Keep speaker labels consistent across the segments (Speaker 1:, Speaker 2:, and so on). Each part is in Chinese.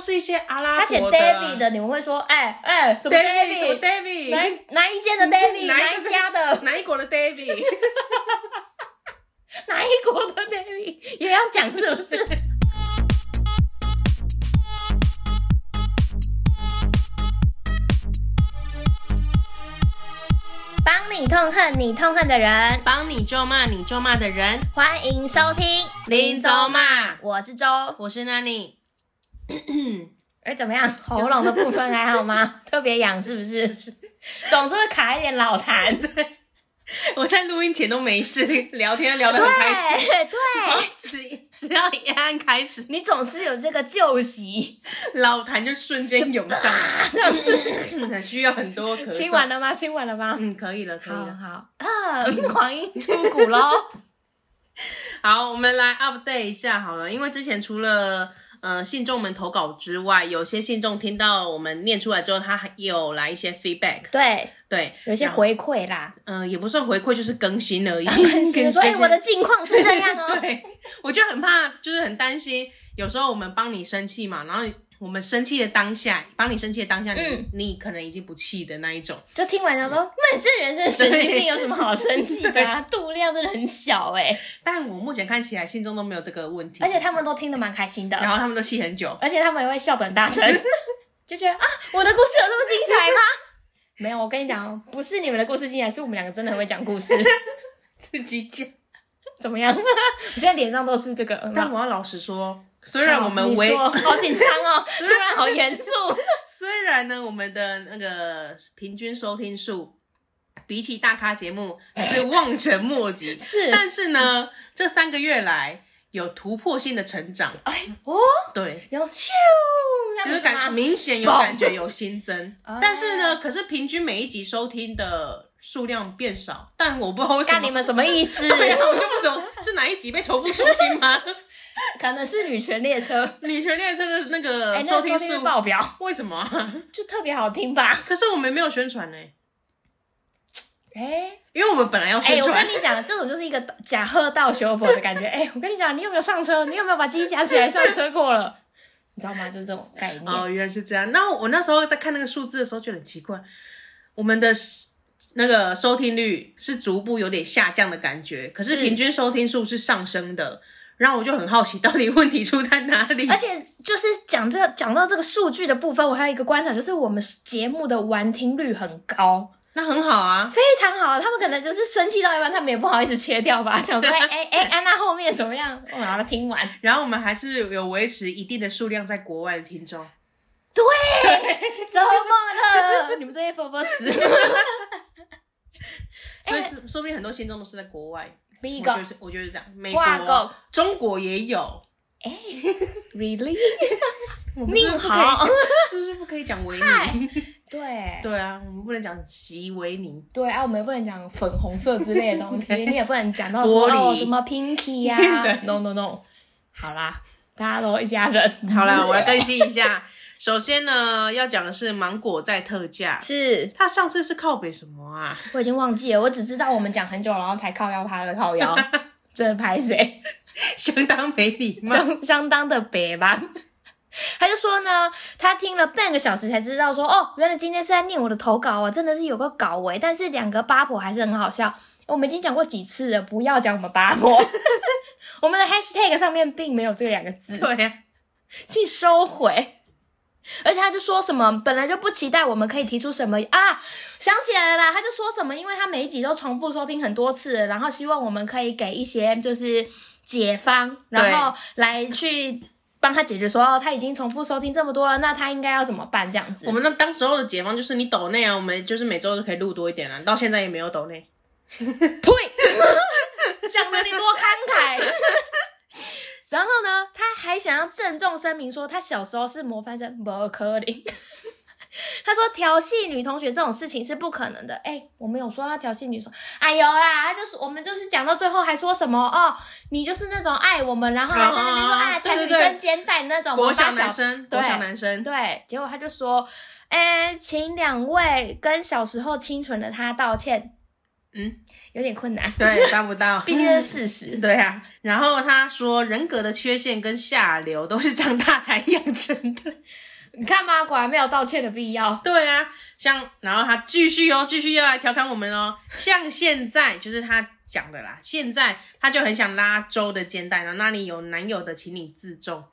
Speaker 1: 是一些阿拉
Speaker 2: 他写
Speaker 1: 伯的啊、
Speaker 2: David 的，你们会说，哎哎，什么
Speaker 1: David 什么
Speaker 2: David？
Speaker 1: David
Speaker 2: 哪一哪一间的 David？
Speaker 1: 哪一
Speaker 2: 哪
Speaker 1: 个
Speaker 2: 一家的？
Speaker 1: 哪一国的 David？
Speaker 2: 哪一国的 David？也要讲是不是？ 帮你痛恨你痛恨的人，
Speaker 1: 帮你咒骂你咒骂的人，
Speaker 2: 欢迎收听
Speaker 1: 林州骂
Speaker 2: 我是周。
Speaker 1: 我是 Nanny。
Speaker 2: 哎，怎么样？喉咙的部分还好吗？ 特别痒是不是？ 总是会卡一点老痰。
Speaker 1: 啊我在录音前都没事，聊天聊得很开心。
Speaker 2: 对
Speaker 1: 然后
Speaker 2: 对，
Speaker 1: 只只要一按开始，
Speaker 2: 你总是有这个旧习。
Speaker 1: 老痰就瞬间涌上 来，需要很多咳嗽。
Speaker 2: 亲完了吗？亲完了吗？
Speaker 1: 嗯，可以了，可以
Speaker 2: 好
Speaker 1: 了。
Speaker 2: 好，啊，黄莺出谷喽。
Speaker 1: 好，我们来 update 一下好了，因为之前除了呃信众们投稿之外，有些信众听到我们念出来之后，他还有来一些 feedback，
Speaker 2: 对，
Speaker 1: 对，
Speaker 2: 有一些
Speaker 1: 然后，
Speaker 2: 回馈啦。
Speaker 1: 呃，也不算回馈，就是更新 而已。
Speaker 2: 比如说，哎，我的近况是这样 哦。
Speaker 1: 对，我就很怕，就是很担心，有时候我们帮你生气嘛，然后你。我们生气的当下，帮你生气的当下，你、
Speaker 2: 嗯
Speaker 1: 你可能已经不气的那一种，
Speaker 2: 就听完他说，那你这人真的神经病，有什么好生气的啊？度量真的很小哎，
Speaker 1: 但我目前看起来信中都没有这个问题，
Speaker 2: 而且他们都听得蛮开心的。哦
Speaker 1: 然后他们都气很久，
Speaker 2: 而且他们也会笑得很大 声，就觉得啊，我的故事有这么精彩吗？ 没有，我跟你讲哦，不是你们的故事精彩，是我们两个真的很会讲故事。
Speaker 1: 自己讲。
Speaker 2: 怎么样？ 我现在脸上都是这个。嗯
Speaker 1: 但我要老实说，虽然我们
Speaker 2: 好你
Speaker 1: 为
Speaker 2: 说好紧张 哦，突然好严肃。，
Speaker 1: 虽然呢，我们的那个平均收听数比起大咖节目还是望尘莫及
Speaker 2: 是，
Speaker 1: 但是呢，这三个月来有突破性的成长，
Speaker 2: 哎哦，
Speaker 1: 对，
Speaker 2: 然后咻，
Speaker 1: 就是
Speaker 2: 这样子
Speaker 1: 感
Speaker 2: 吗？
Speaker 1: 明显有
Speaker 2: 嘣
Speaker 1: 感觉有新增
Speaker 2: 哦，
Speaker 1: 但是呢，可是平均每一集收听的数量变少，但我不知道为什
Speaker 2: 看你
Speaker 1: 么。
Speaker 2: 们什么意思？
Speaker 1: 对啊，我就不懂是哪一集被重复收听吗？
Speaker 2: 可能是女权列车，
Speaker 1: 女权列车的那
Speaker 2: 哎、
Speaker 1: 个
Speaker 2: 那
Speaker 1: 收
Speaker 2: 个收
Speaker 1: 听
Speaker 2: 听率
Speaker 1: 数
Speaker 2: 爆表，
Speaker 1: 为什么啊、
Speaker 2: 就特别好听吧？
Speaker 1: 可是我们没有宣传呢、
Speaker 2: 哎、
Speaker 1: 因为我们本来要
Speaker 2: 哎、
Speaker 1: 宣
Speaker 2: 我
Speaker 1: 传。
Speaker 2: 跟你讲，这种就是一个假喝到修补的感觉。哎、我跟你讲，你有没有上车？你有没有把鸡夹起来上车过了？你知道吗？就是这种概念。
Speaker 1: 哦，原来是这样。那我那时候在看那个数字的时候，就很奇怪，我们的 s- 那个收听率是逐步有点下降的感觉，可是
Speaker 2: 是
Speaker 1: 平均收听数是上升的。然后我就很好奇，到底问题出在哪里
Speaker 2: 而？且就是讲这讲到这个数据的部分，我还有一个观察，就是我们节目的完听率很高，
Speaker 1: 那很好啊，
Speaker 2: 非常好。他们可能就是生气到一半，他们也不好意思切掉吧，想说哎哎哎，安娜后面怎么样？我把它听完。
Speaker 1: 然后我们还是有维持一定的数量在国外的听众。
Speaker 2: 怎么 了？你们这些佛佛词
Speaker 1: 所以是说不定很多听众都是在国外，我觉得
Speaker 2: ，Bigo
Speaker 1: 是我觉得是这样，美
Speaker 2: 挂
Speaker 1: 国
Speaker 2: 钩、
Speaker 1: 中国也有。
Speaker 2: really
Speaker 1: 我们是不是不可以讲
Speaker 2: 宁好，
Speaker 1: 是不是不可以讲维
Speaker 2: 嗨
Speaker 1: 尼？
Speaker 2: 对。
Speaker 1: 对啊，我们不能讲席维尼。
Speaker 2: 对啊，我们也不能讲粉红色之类的东西，
Speaker 1: 对
Speaker 2: 你也不能讲到说
Speaker 1: 玻璃
Speaker 2: 哦什么 pinky 呀、
Speaker 1: 对
Speaker 2: n o no no，好啦，大家都一家人，
Speaker 1: 好啦，我来更新一下。首先呢，要讲的是芒果在特价，
Speaker 2: 是
Speaker 1: 它上次是靠北什么啊？
Speaker 2: 我已经忘记了，我只知道我们讲很久，然后才靠腰他的靠腰，真的拍谁？
Speaker 1: 相当没礼貌。
Speaker 2: 相相当的北吧。他就说呢，他听了半个小时才知道说，哦，原来今天是在念我的投稿啊，真的是有个稿尾，但是两个八婆还是很好笑。我们已经讲过几次了，不要讲我们八婆， 我们的 hashtag 上面并没有这两个字，
Speaker 1: 对啊呀、
Speaker 2: 请收回。 而且他就说什么，本来就不期待我们可以提出什么啊，想起来了啦，他就说什么，因为他每一集都重复收听很多次了，然后希望我们可以给一些就是解方，然后来去帮他解决说，哦，他已经重复收听这么多了，那他应该要怎么办这样子？
Speaker 1: 我们那当时候的解放就是你抖内啊，我们就是每周都可以录多一点啦、到现在也没有抖内。
Speaker 2: 呸！ 想的你多慷慨。 然后呢，他还想要郑重声明说，他小时候是模范生，不可能。 他说调戏女同学这种事情是不可能的。哎、我们有说他调戏女同，哎有啦，他就是我们就是讲到最后还说什么哦，你就是那种爱我们，然后还在那边说
Speaker 1: 哦
Speaker 2: 哎，
Speaker 1: 对
Speaker 2: 谈
Speaker 1: 对
Speaker 2: 女
Speaker 1: 对
Speaker 2: 生肩带那种，
Speaker 1: 国
Speaker 2: 我们把
Speaker 1: 小男生，
Speaker 2: 对
Speaker 1: 国小男生，
Speaker 2: 对，结果他就说：“哎、请两位跟小时候清纯的他道歉。”
Speaker 1: 嗯，
Speaker 2: 有点困难，
Speaker 1: 对，办不到，
Speaker 2: 毕竟这是事实。
Speaker 1: 对啊，然后他说人格的缺陷跟下流都是长大才养成的。
Speaker 2: 你看吧，果然没有道歉的必要。
Speaker 1: 对啊，像然后他继续哦，继续又来调侃我们哦。像现在就是他讲的啦，现在他就很想拉周的肩带，然后那里有男友的，请你自重。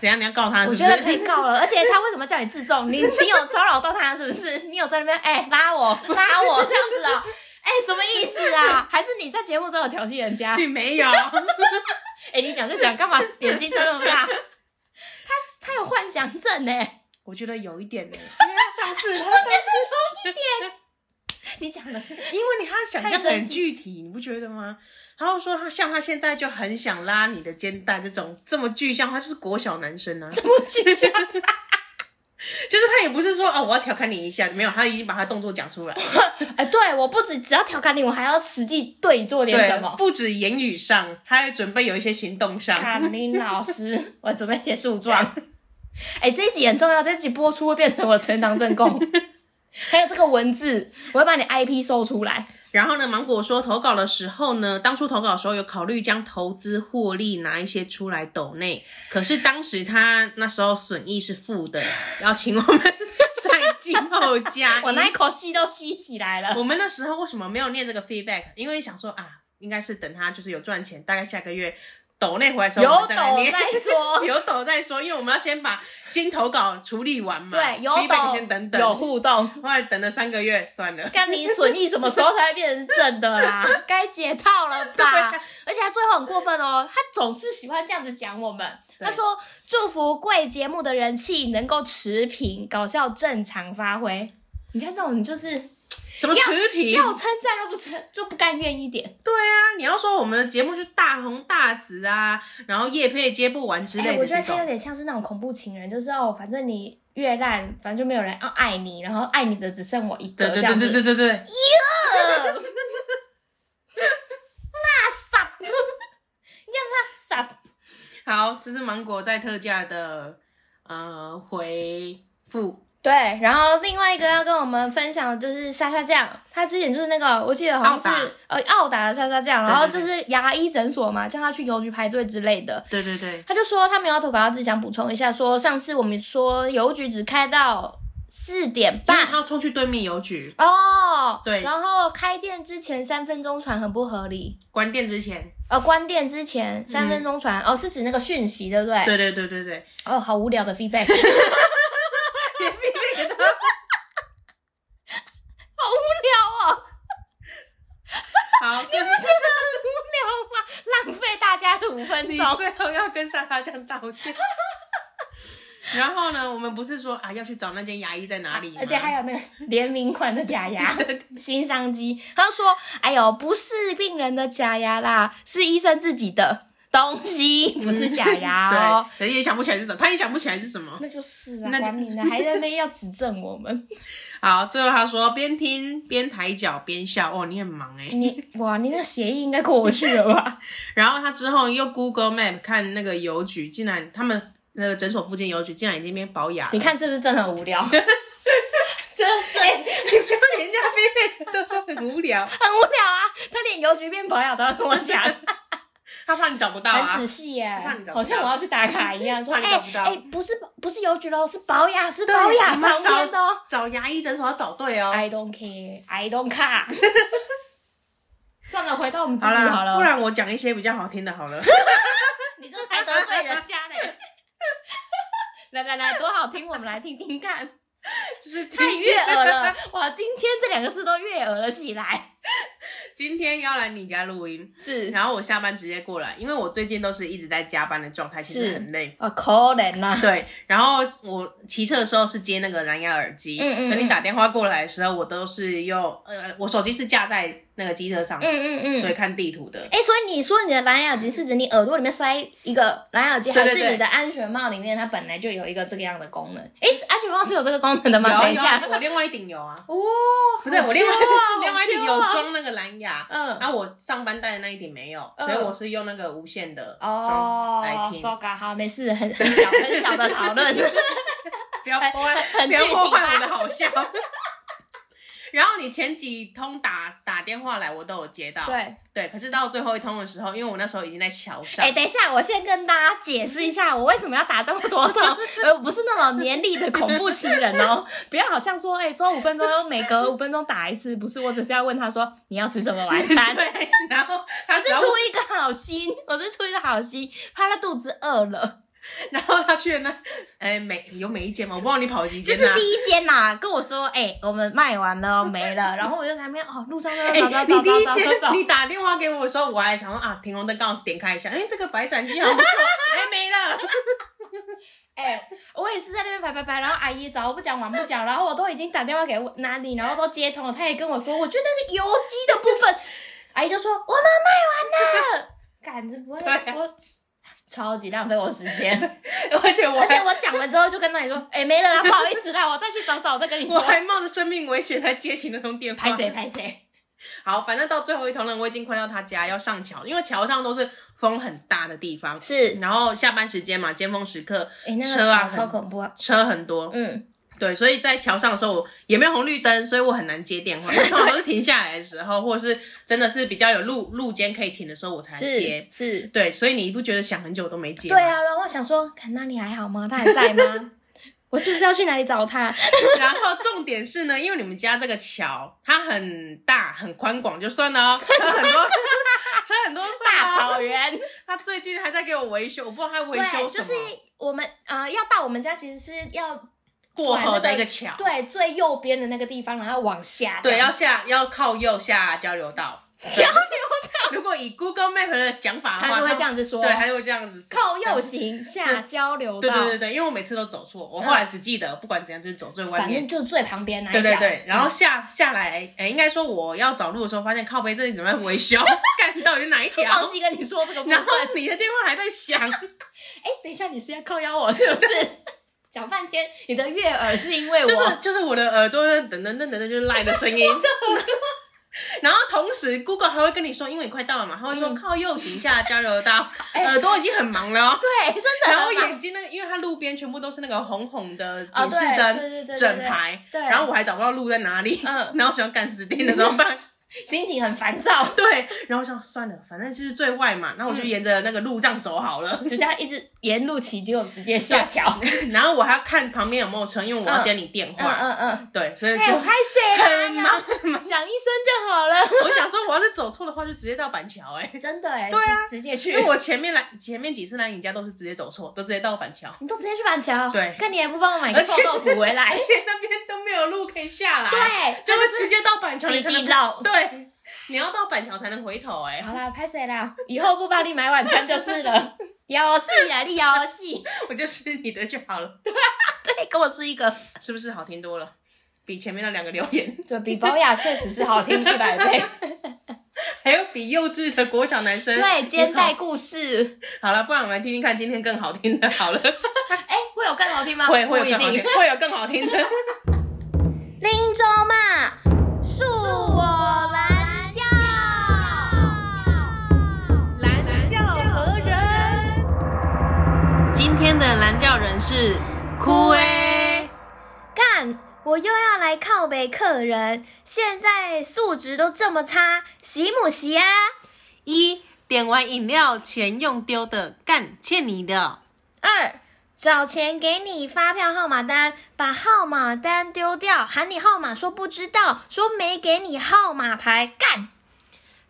Speaker 1: 怎样？你要告他是
Speaker 2: 我
Speaker 1: 不
Speaker 2: 觉得可
Speaker 1: 是？
Speaker 2: 以告了，而且他为什么叫你自重？你你有骚扰到他是不是？ 你有在那边哎、拉我拉我这样子啊、哎、什么意思啊？还是你在节目中有调戏人家？
Speaker 1: 并 没有，
Speaker 2: 哎、你讲就讲，干嘛眼睛睁那么大？他他有幻想症呢、
Speaker 1: 我觉得有一点呢，因为他上次他上
Speaker 2: 你讲 的，
Speaker 1: 因为你他想象很具体，你不觉得吗？然后说他像他现在就很想拉你的肩带，这种这么具象，他就是国小男生啊，
Speaker 2: 怎么去想？
Speaker 1: 就是他也不是说哦我要调侃你一下，没有，他已经把他动作讲出来了，
Speaker 2: 哎、对我不止只要调侃你，我还要实际对你做点什
Speaker 1: 对，
Speaker 2: 么。
Speaker 1: 不止言语上，他还准备有一些行动上，
Speaker 2: 卡林老师， 我准备写诉状。哎、这一集很重要，这一集播出会变成我的呈堂证 供。还有这个文字，我会把你 IP 搜出来。
Speaker 1: 然后呢，芒果说投稿的时候呢，当初投稿的时候有考虑将投资获利拿一些出来抖内，可是当时他那时候损益是负 的，要请我们再静后加一。
Speaker 2: 我那一口气都吸起来了。
Speaker 1: 我们那时候为什么没有念这个 feedback？因为想说啊，应该是等他就是有赚钱，大概下个月抖内回来的时
Speaker 2: 有
Speaker 1: 候，我
Speaker 2: 抖
Speaker 1: 们再来念。
Speaker 2: 再 说，
Speaker 1: 有抖再说，因为我们要先把新投稿处理完嘛。
Speaker 2: 对，有
Speaker 1: feedback 先等
Speaker 2: 抖
Speaker 1: 等。
Speaker 2: 有互动。
Speaker 1: 后来等了三个月，算了。
Speaker 2: 看你损益什么时候才会变成正的 啦？该解套了吧？而且他最后很过分哦，他总是喜欢这样子讲我们。
Speaker 1: 对
Speaker 2: 他说：“祝福贵节目的人气能够持平，搞笑正常发挥。”你看这种，你就是
Speaker 1: 什么持平？
Speaker 2: 要称赞都不称，就不甘愿一点。
Speaker 1: 对啊，你要说我们的节目是大红大紫啊，然后叶配接不完之
Speaker 2: 哎、
Speaker 1: 类
Speaker 2: 我
Speaker 1: 的
Speaker 2: 觉得
Speaker 1: 这
Speaker 2: 他有
Speaker 1: 种。
Speaker 2: 点像是那种恐怖情人，就是哦，反正你越烂，反正就没有人要爱你，然后爱你的只剩我一个
Speaker 1: 对
Speaker 2: 这
Speaker 1: 对
Speaker 2: 样
Speaker 1: 对对
Speaker 2: 子。
Speaker 1: 对对对，
Speaker 2: 垃 圾， 你垃圾。
Speaker 1: 好，这是芒果在特价的呃回复，
Speaker 2: 对，然后另外一个要跟我们分享的就是沙沙酱，他之前就是那个我记得好
Speaker 1: 澳
Speaker 2: 像是
Speaker 1: 打
Speaker 2: 呃澳打的沙沙酱，
Speaker 1: 对
Speaker 2: 然后就是牙医诊所嘛，叫他去邮局排队之类的。
Speaker 1: 对对对，
Speaker 2: 他就说他没有要投稿，他自己想补充一下，说上次我们说邮局只开到四点
Speaker 1: 因为
Speaker 2: 半
Speaker 1: 他要冲去对面邮局
Speaker 2: 哦，
Speaker 1: 对
Speaker 2: 然后开店之前三分钟传很不合理，
Speaker 1: 关店之前，
Speaker 2: 呃，关店之前三
Speaker 1: 嗯
Speaker 2: 分钟传、哦，是指那个讯息对不对？
Speaker 1: 对对对对对，
Speaker 2: 哦，好无聊的 feedback，好无聊哦。
Speaker 1: 好，最后
Speaker 2: 觉得很无聊吗？浪费大家的五分
Speaker 1: 你
Speaker 2: 钟。
Speaker 1: 最后要跟沙拉酱道歉。 然后呢，我们不是说啊要去找那间牙医在哪里吗，
Speaker 2: 而且还有那个联名款的 假牙，新商机。他说：“哎呦，不是病人的假牙啦，是医生自己的东西，不是假牙哦。
Speaker 1: 嗯对，人也想不起来是什么，他也想不起来是什么。
Speaker 2: 那就是啊，
Speaker 1: 那就
Speaker 2: 管你呢，还在那边要指正我们。
Speaker 1: 好，最后他说边听边抬脚边笑，哦，你很忙哎。
Speaker 2: 你哇，你那个协议应该过不去了吧？
Speaker 1: 然后他之后又 Google Map 看那个邮局，竟然他们那个诊所附近邮局竟然已经变保雅
Speaker 2: 你
Speaker 1: 了。
Speaker 2: 看是不是真的很无聊？ 哎真是很
Speaker 1: 你不要人家菲菲都说很无聊，
Speaker 2: 无聊啊！他连邮局变保养都要跟我讲。”
Speaker 1: 他怕你找不到
Speaker 2: 很
Speaker 1: 啊
Speaker 2: 仔。细耶
Speaker 1: 怕你，找不
Speaker 2: 好
Speaker 1: 到
Speaker 2: 像我要去打卡一样，说
Speaker 1: 怕你
Speaker 2: 哎
Speaker 1: 找
Speaker 2: 哎
Speaker 1: 不、到
Speaker 2: 不是不是邮局喽，是保雅，是
Speaker 1: 对
Speaker 2: 保雅
Speaker 1: 你们
Speaker 2: 旁边的哦。
Speaker 1: 找牙医诊所要找对哦。
Speaker 2: I don't care, I don't care 算了，回到我们自己
Speaker 1: 好啦，
Speaker 2: 好了，
Speaker 1: 不然我讲一些比较好听的好 了。
Speaker 2: 你这才得罪人家嘞。 来来来，多好听，我们来听听看，
Speaker 1: 就是今
Speaker 2: 太悦耳了！哇，今天这两个字都悦耳了起来。
Speaker 1: 今天要来你家录音，
Speaker 2: 是
Speaker 1: 然后我下班直接过来，因为我最近都是一直在加班的状态，其
Speaker 2: 是
Speaker 1: 实很累。
Speaker 2: 啊，可怜呐、 啊，
Speaker 1: 对，然后我骑车的时候是接那个蓝牙耳机，
Speaker 2: 嗯嗯
Speaker 1: 所以
Speaker 2: 嗯
Speaker 1: 你打电话过来的时候，我都是用呃，我手机是架在那个机车上，
Speaker 2: 嗯嗯嗯，
Speaker 1: 对，看地图的。
Speaker 2: 哎、所以你说你的蓝牙耳机是指你耳朵里面塞一个蓝牙耳机，
Speaker 1: 对
Speaker 2: 还
Speaker 1: 对
Speaker 2: 是
Speaker 1: 对
Speaker 2: 你的安全帽里面它本来就有一个这个样的功能？哎、是安全帽是有这个功能的
Speaker 1: 有
Speaker 2: 吗？
Speaker 1: 啊
Speaker 2: 嗯等一
Speaker 1: 有
Speaker 2: 下
Speaker 1: 啊，，我另外一顶有啊，
Speaker 2: 哦，
Speaker 1: 不是我另 外
Speaker 2: 啊
Speaker 1: 另外一顶
Speaker 2: 点
Speaker 1: 有，装那个蓝牙，
Speaker 2: 哦嗯，
Speaker 1: 然后我上班戴的那一顶没有，
Speaker 2: 嗯
Speaker 1: 所以我是用那个无线的装来
Speaker 2: 哦
Speaker 1: 听，
Speaker 2: ，so ga 好，没事， 很很小很小的讨论，
Speaker 1: 不要破坏
Speaker 2: 很很
Speaker 1: 不要
Speaker 2: 具体
Speaker 1: 破坏我
Speaker 2: 吧
Speaker 1: 的好笑。 然后你前几通打打电话来，我都有接到。
Speaker 2: 对，哎、
Speaker 1: 对，可是到最后一通的时候，因为我那时候已经在桥上，
Speaker 2: 等一下，我先跟大家解释一下，我为什么要打这么多通。 呃，我不是那种年历的恐怖情人哦，不要好像说，哎、周五分钟，每隔五分钟打一次，不是，我只是要问他说你要吃什么晚餐。
Speaker 1: 对，然后
Speaker 2: 我
Speaker 1: 他
Speaker 2: 是
Speaker 1: 只要
Speaker 2: 出一个好心，我是出一个好心，怕他肚子饿了。
Speaker 1: 然后他去了那，哎、每有每一间吗？我不知道你跑几
Speaker 2: 就
Speaker 1: 间
Speaker 2: 是
Speaker 1: 啊。
Speaker 2: 第一间呐、跟我说，哎、我们卖完了哦，没 了。然后我就在那边，哦，路上在
Speaker 1: 哎、
Speaker 2: 找找
Speaker 1: 你
Speaker 2: 找
Speaker 1: 第一
Speaker 2: 找
Speaker 1: 间
Speaker 2: 找找
Speaker 1: 你打电话给我的时候，我还想说啊，停红灯刚好点开一下，哎、这个白斩鸡好像不错，哎、没了。
Speaker 2: 哎、我也是在那边排排排，然后阿姨早不讲晚不讲，然后我都已经打电话给我哪里，然后都接通了，她也跟我说，我觉得那个油鸡的部 分，阿姨就说我们卖 完了，赶着不会，
Speaker 1: 对啊
Speaker 2: 我 超级浪费我时间，
Speaker 1: 而且我
Speaker 2: 而且
Speaker 1: 还
Speaker 2: 我讲了之后就跟那里说，哎、没了啦，不好意思啦，我再去找找，我再跟你
Speaker 1: 我
Speaker 2: 说，
Speaker 1: 还冒着生命危险来接起那通电话。
Speaker 2: 拍谁拍谁，
Speaker 1: 好，反正到最后一通了，我已经快到他家要上桥，因为桥上都是风很大的地方，
Speaker 2: 是，
Speaker 1: 然后下班时间嘛，尖峰时刻
Speaker 2: 哎、那
Speaker 1: 车
Speaker 2: 个
Speaker 1: 啊
Speaker 2: 超超恐怖啊，
Speaker 1: 车很多，
Speaker 2: 嗯，
Speaker 1: 对，所以在桥上的时候我也没有红绿灯，所以我很难接电 话，通常都是停下来的时候，或者是真的是比较有路路肩可以停的时候我才接
Speaker 2: 是。是，
Speaker 1: 对，所以你不觉得想很久都没接？
Speaker 2: 对，啊，然后我想说，看那里还好吗？他还在吗？我是不是要去哪里找他？
Speaker 1: 然后重点是呢，因为你们家这个桥它很大很宽广，就算了哦，车很多， 车很多
Speaker 2: 大
Speaker 1: 算了哦。
Speaker 2: 草原。
Speaker 1: 他最近还在给我维修，我不知道他维
Speaker 2: 对，
Speaker 1: 修什
Speaker 2: 就
Speaker 1: 么。
Speaker 2: 是我们呃要到我们家，其实是要
Speaker 1: 过河的
Speaker 2: 转那
Speaker 1: 一个桥，
Speaker 2: 对最右边的那个地方，然后往下。
Speaker 1: 对，要下要靠右下交流道。
Speaker 2: 交流
Speaker 1: 道，如果以 Google Map 的讲法的话，
Speaker 2: 他就会这样子说，
Speaker 1: 对，他就会这样子
Speaker 2: 靠右。行下交流
Speaker 1: 对
Speaker 2: 道，嗯
Speaker 1: 对对对，因为我每次都走错，我后来只记得不管怎样就是走最外
Speaker 2: 反
Speaker 1: 面
Speaker 2: 正。就是嗯最旁边那一
Speaker 1: 对对
Speaker 2: 条
Speaker 1: 对，然后下下来，哎，应该说我要找路的时候，发现靠背这里怎么在维修？ 看到底是哪一
Speaker 2: 我
Speaker 1: 条
Speaker 2: 忘？记跟你说这个部分。
Speaker 1: 然后
Speaker 2: 哎，
Speaker 1: 你的电话还在响，
Speaker 2: 等一下，你是要靠腰我是不是？ 讲半天，你的悦耳是因为我
Speaker 1: 就是就是我的耳朵呢，噔噔噔噔噔，就是赖的声音。然后同时，Google 还会跟你说，因为你快到了嘛，他会说
Speaker 2: 嗯
Speaker 1: 靠右行下交流道，
Speaker 2: 哎
Speaker 1: 耳朵已经很忙了哦。
Speaker 2: 对，真的
Speaker 1: 然后
Speaker 2: 很忙
Speaker 1: 眼睛那个，因为它路边全部都是那个红红的
Speaker 2: 哦
Speaker 1: 警示
Speaker 2: 对
Speaker 1: 灯，
Speaker 2: 对对对对
Speaker 1: 整排。
Speaker 2: 对
Speaker 1: 然后我还找不到路在哪里，
Speaker 2: 嗯
Speaker 1: 然后想干死定了怎么 办？
Speaker 2: 心情很烦躁，
Speaker 1: 对，然后我想算了，反正就是最外嘛，那我就
Speaker 2: 嗯
Speaker 1: 沿着那个路这样走好了。
Speaker 2: 就这样一直沿路骑，结果直接下桥。
Speaker 1: 然后我还要看旁边有没有车，因为我要接你电
Speaker 2: 嗯
Speaker 1: 话。
Speaker 2: 嗯嗯。
Speaker 1: 对，所以就
Speaker 2: 哎，我拍谁
Speaker 1: 很
Speaker 2: 啦？
Speaker 1: 忙。啊
Speaker 2: 想一声就好了。
Speaker 1: 我想说，我要是走错的话，就直接到板桥 哎、
Speaker 2: 真的哎、
Speaker 1: 对啊
Speaker 2: 直直接去
Speaker 1: 因为，我前面来前面几次来你家都是直接走错，都直接到板桥，
Speaker 2: 你都直接去板桥，
Speaker 1: 对
Speaker 2: 看你也不帮我买个臭豆腐回来
Speaker 1: 而，且那边都没有路可以下来，，
Speaker 2: 哎 对，
Speaker 1: 就
Speaker 2: 他
Speaker 1: 会
Speaker 2: 就
Speaker 1: 直接到板桥，你
Speaker 2: 是
Speaker 1: 才
Speaker 2: 滴
Speaker 1: 能
Speaker 2: 滴绕。
Speaker 1: 对，你要到板桥才能回头哎、
Speaker 2: 好啦，拍谁啦？以后不帮你买晚餐就是 了。游戏啦，你游戏，
Speaker 1: 我就吃你的就好了，
Speaker 2: 对，跟我吃一个，
Speaker 1: 是不是好听多了？比前面那两个留言，
Speaker 2: 就比保雅确实是好听一百倍。
Speaker 1: 还有比幼稚的国小男生。
Speaker 2: 对，肩带故事，
Speaker 1: 好了，不然我们来听听看今天更好听 的，好了，
Speaker 2: 哎、会有更好听吗？
Speaker 1: 会会
Speaker 2: 不一
Speaker 1: 有更好
Speaker 2: 定
Speaker 1: 听，。会有更好听的。
Speaker 2: 林州嘛，恕我蓝教。
Speaker 1: 蓝教何人？今天的蓝教人是枯诶。
Speaker 2: 干，我又要来靠北客人，现在素质都这么差，洗母洗啊！
Speaker 1: 一点完饮料钱用丢的，干欠你的。
Speaker 2: 二，找钱给你发票号码单，把号码单丢掉，喊你号码说不知道，说没给你号码牌，干！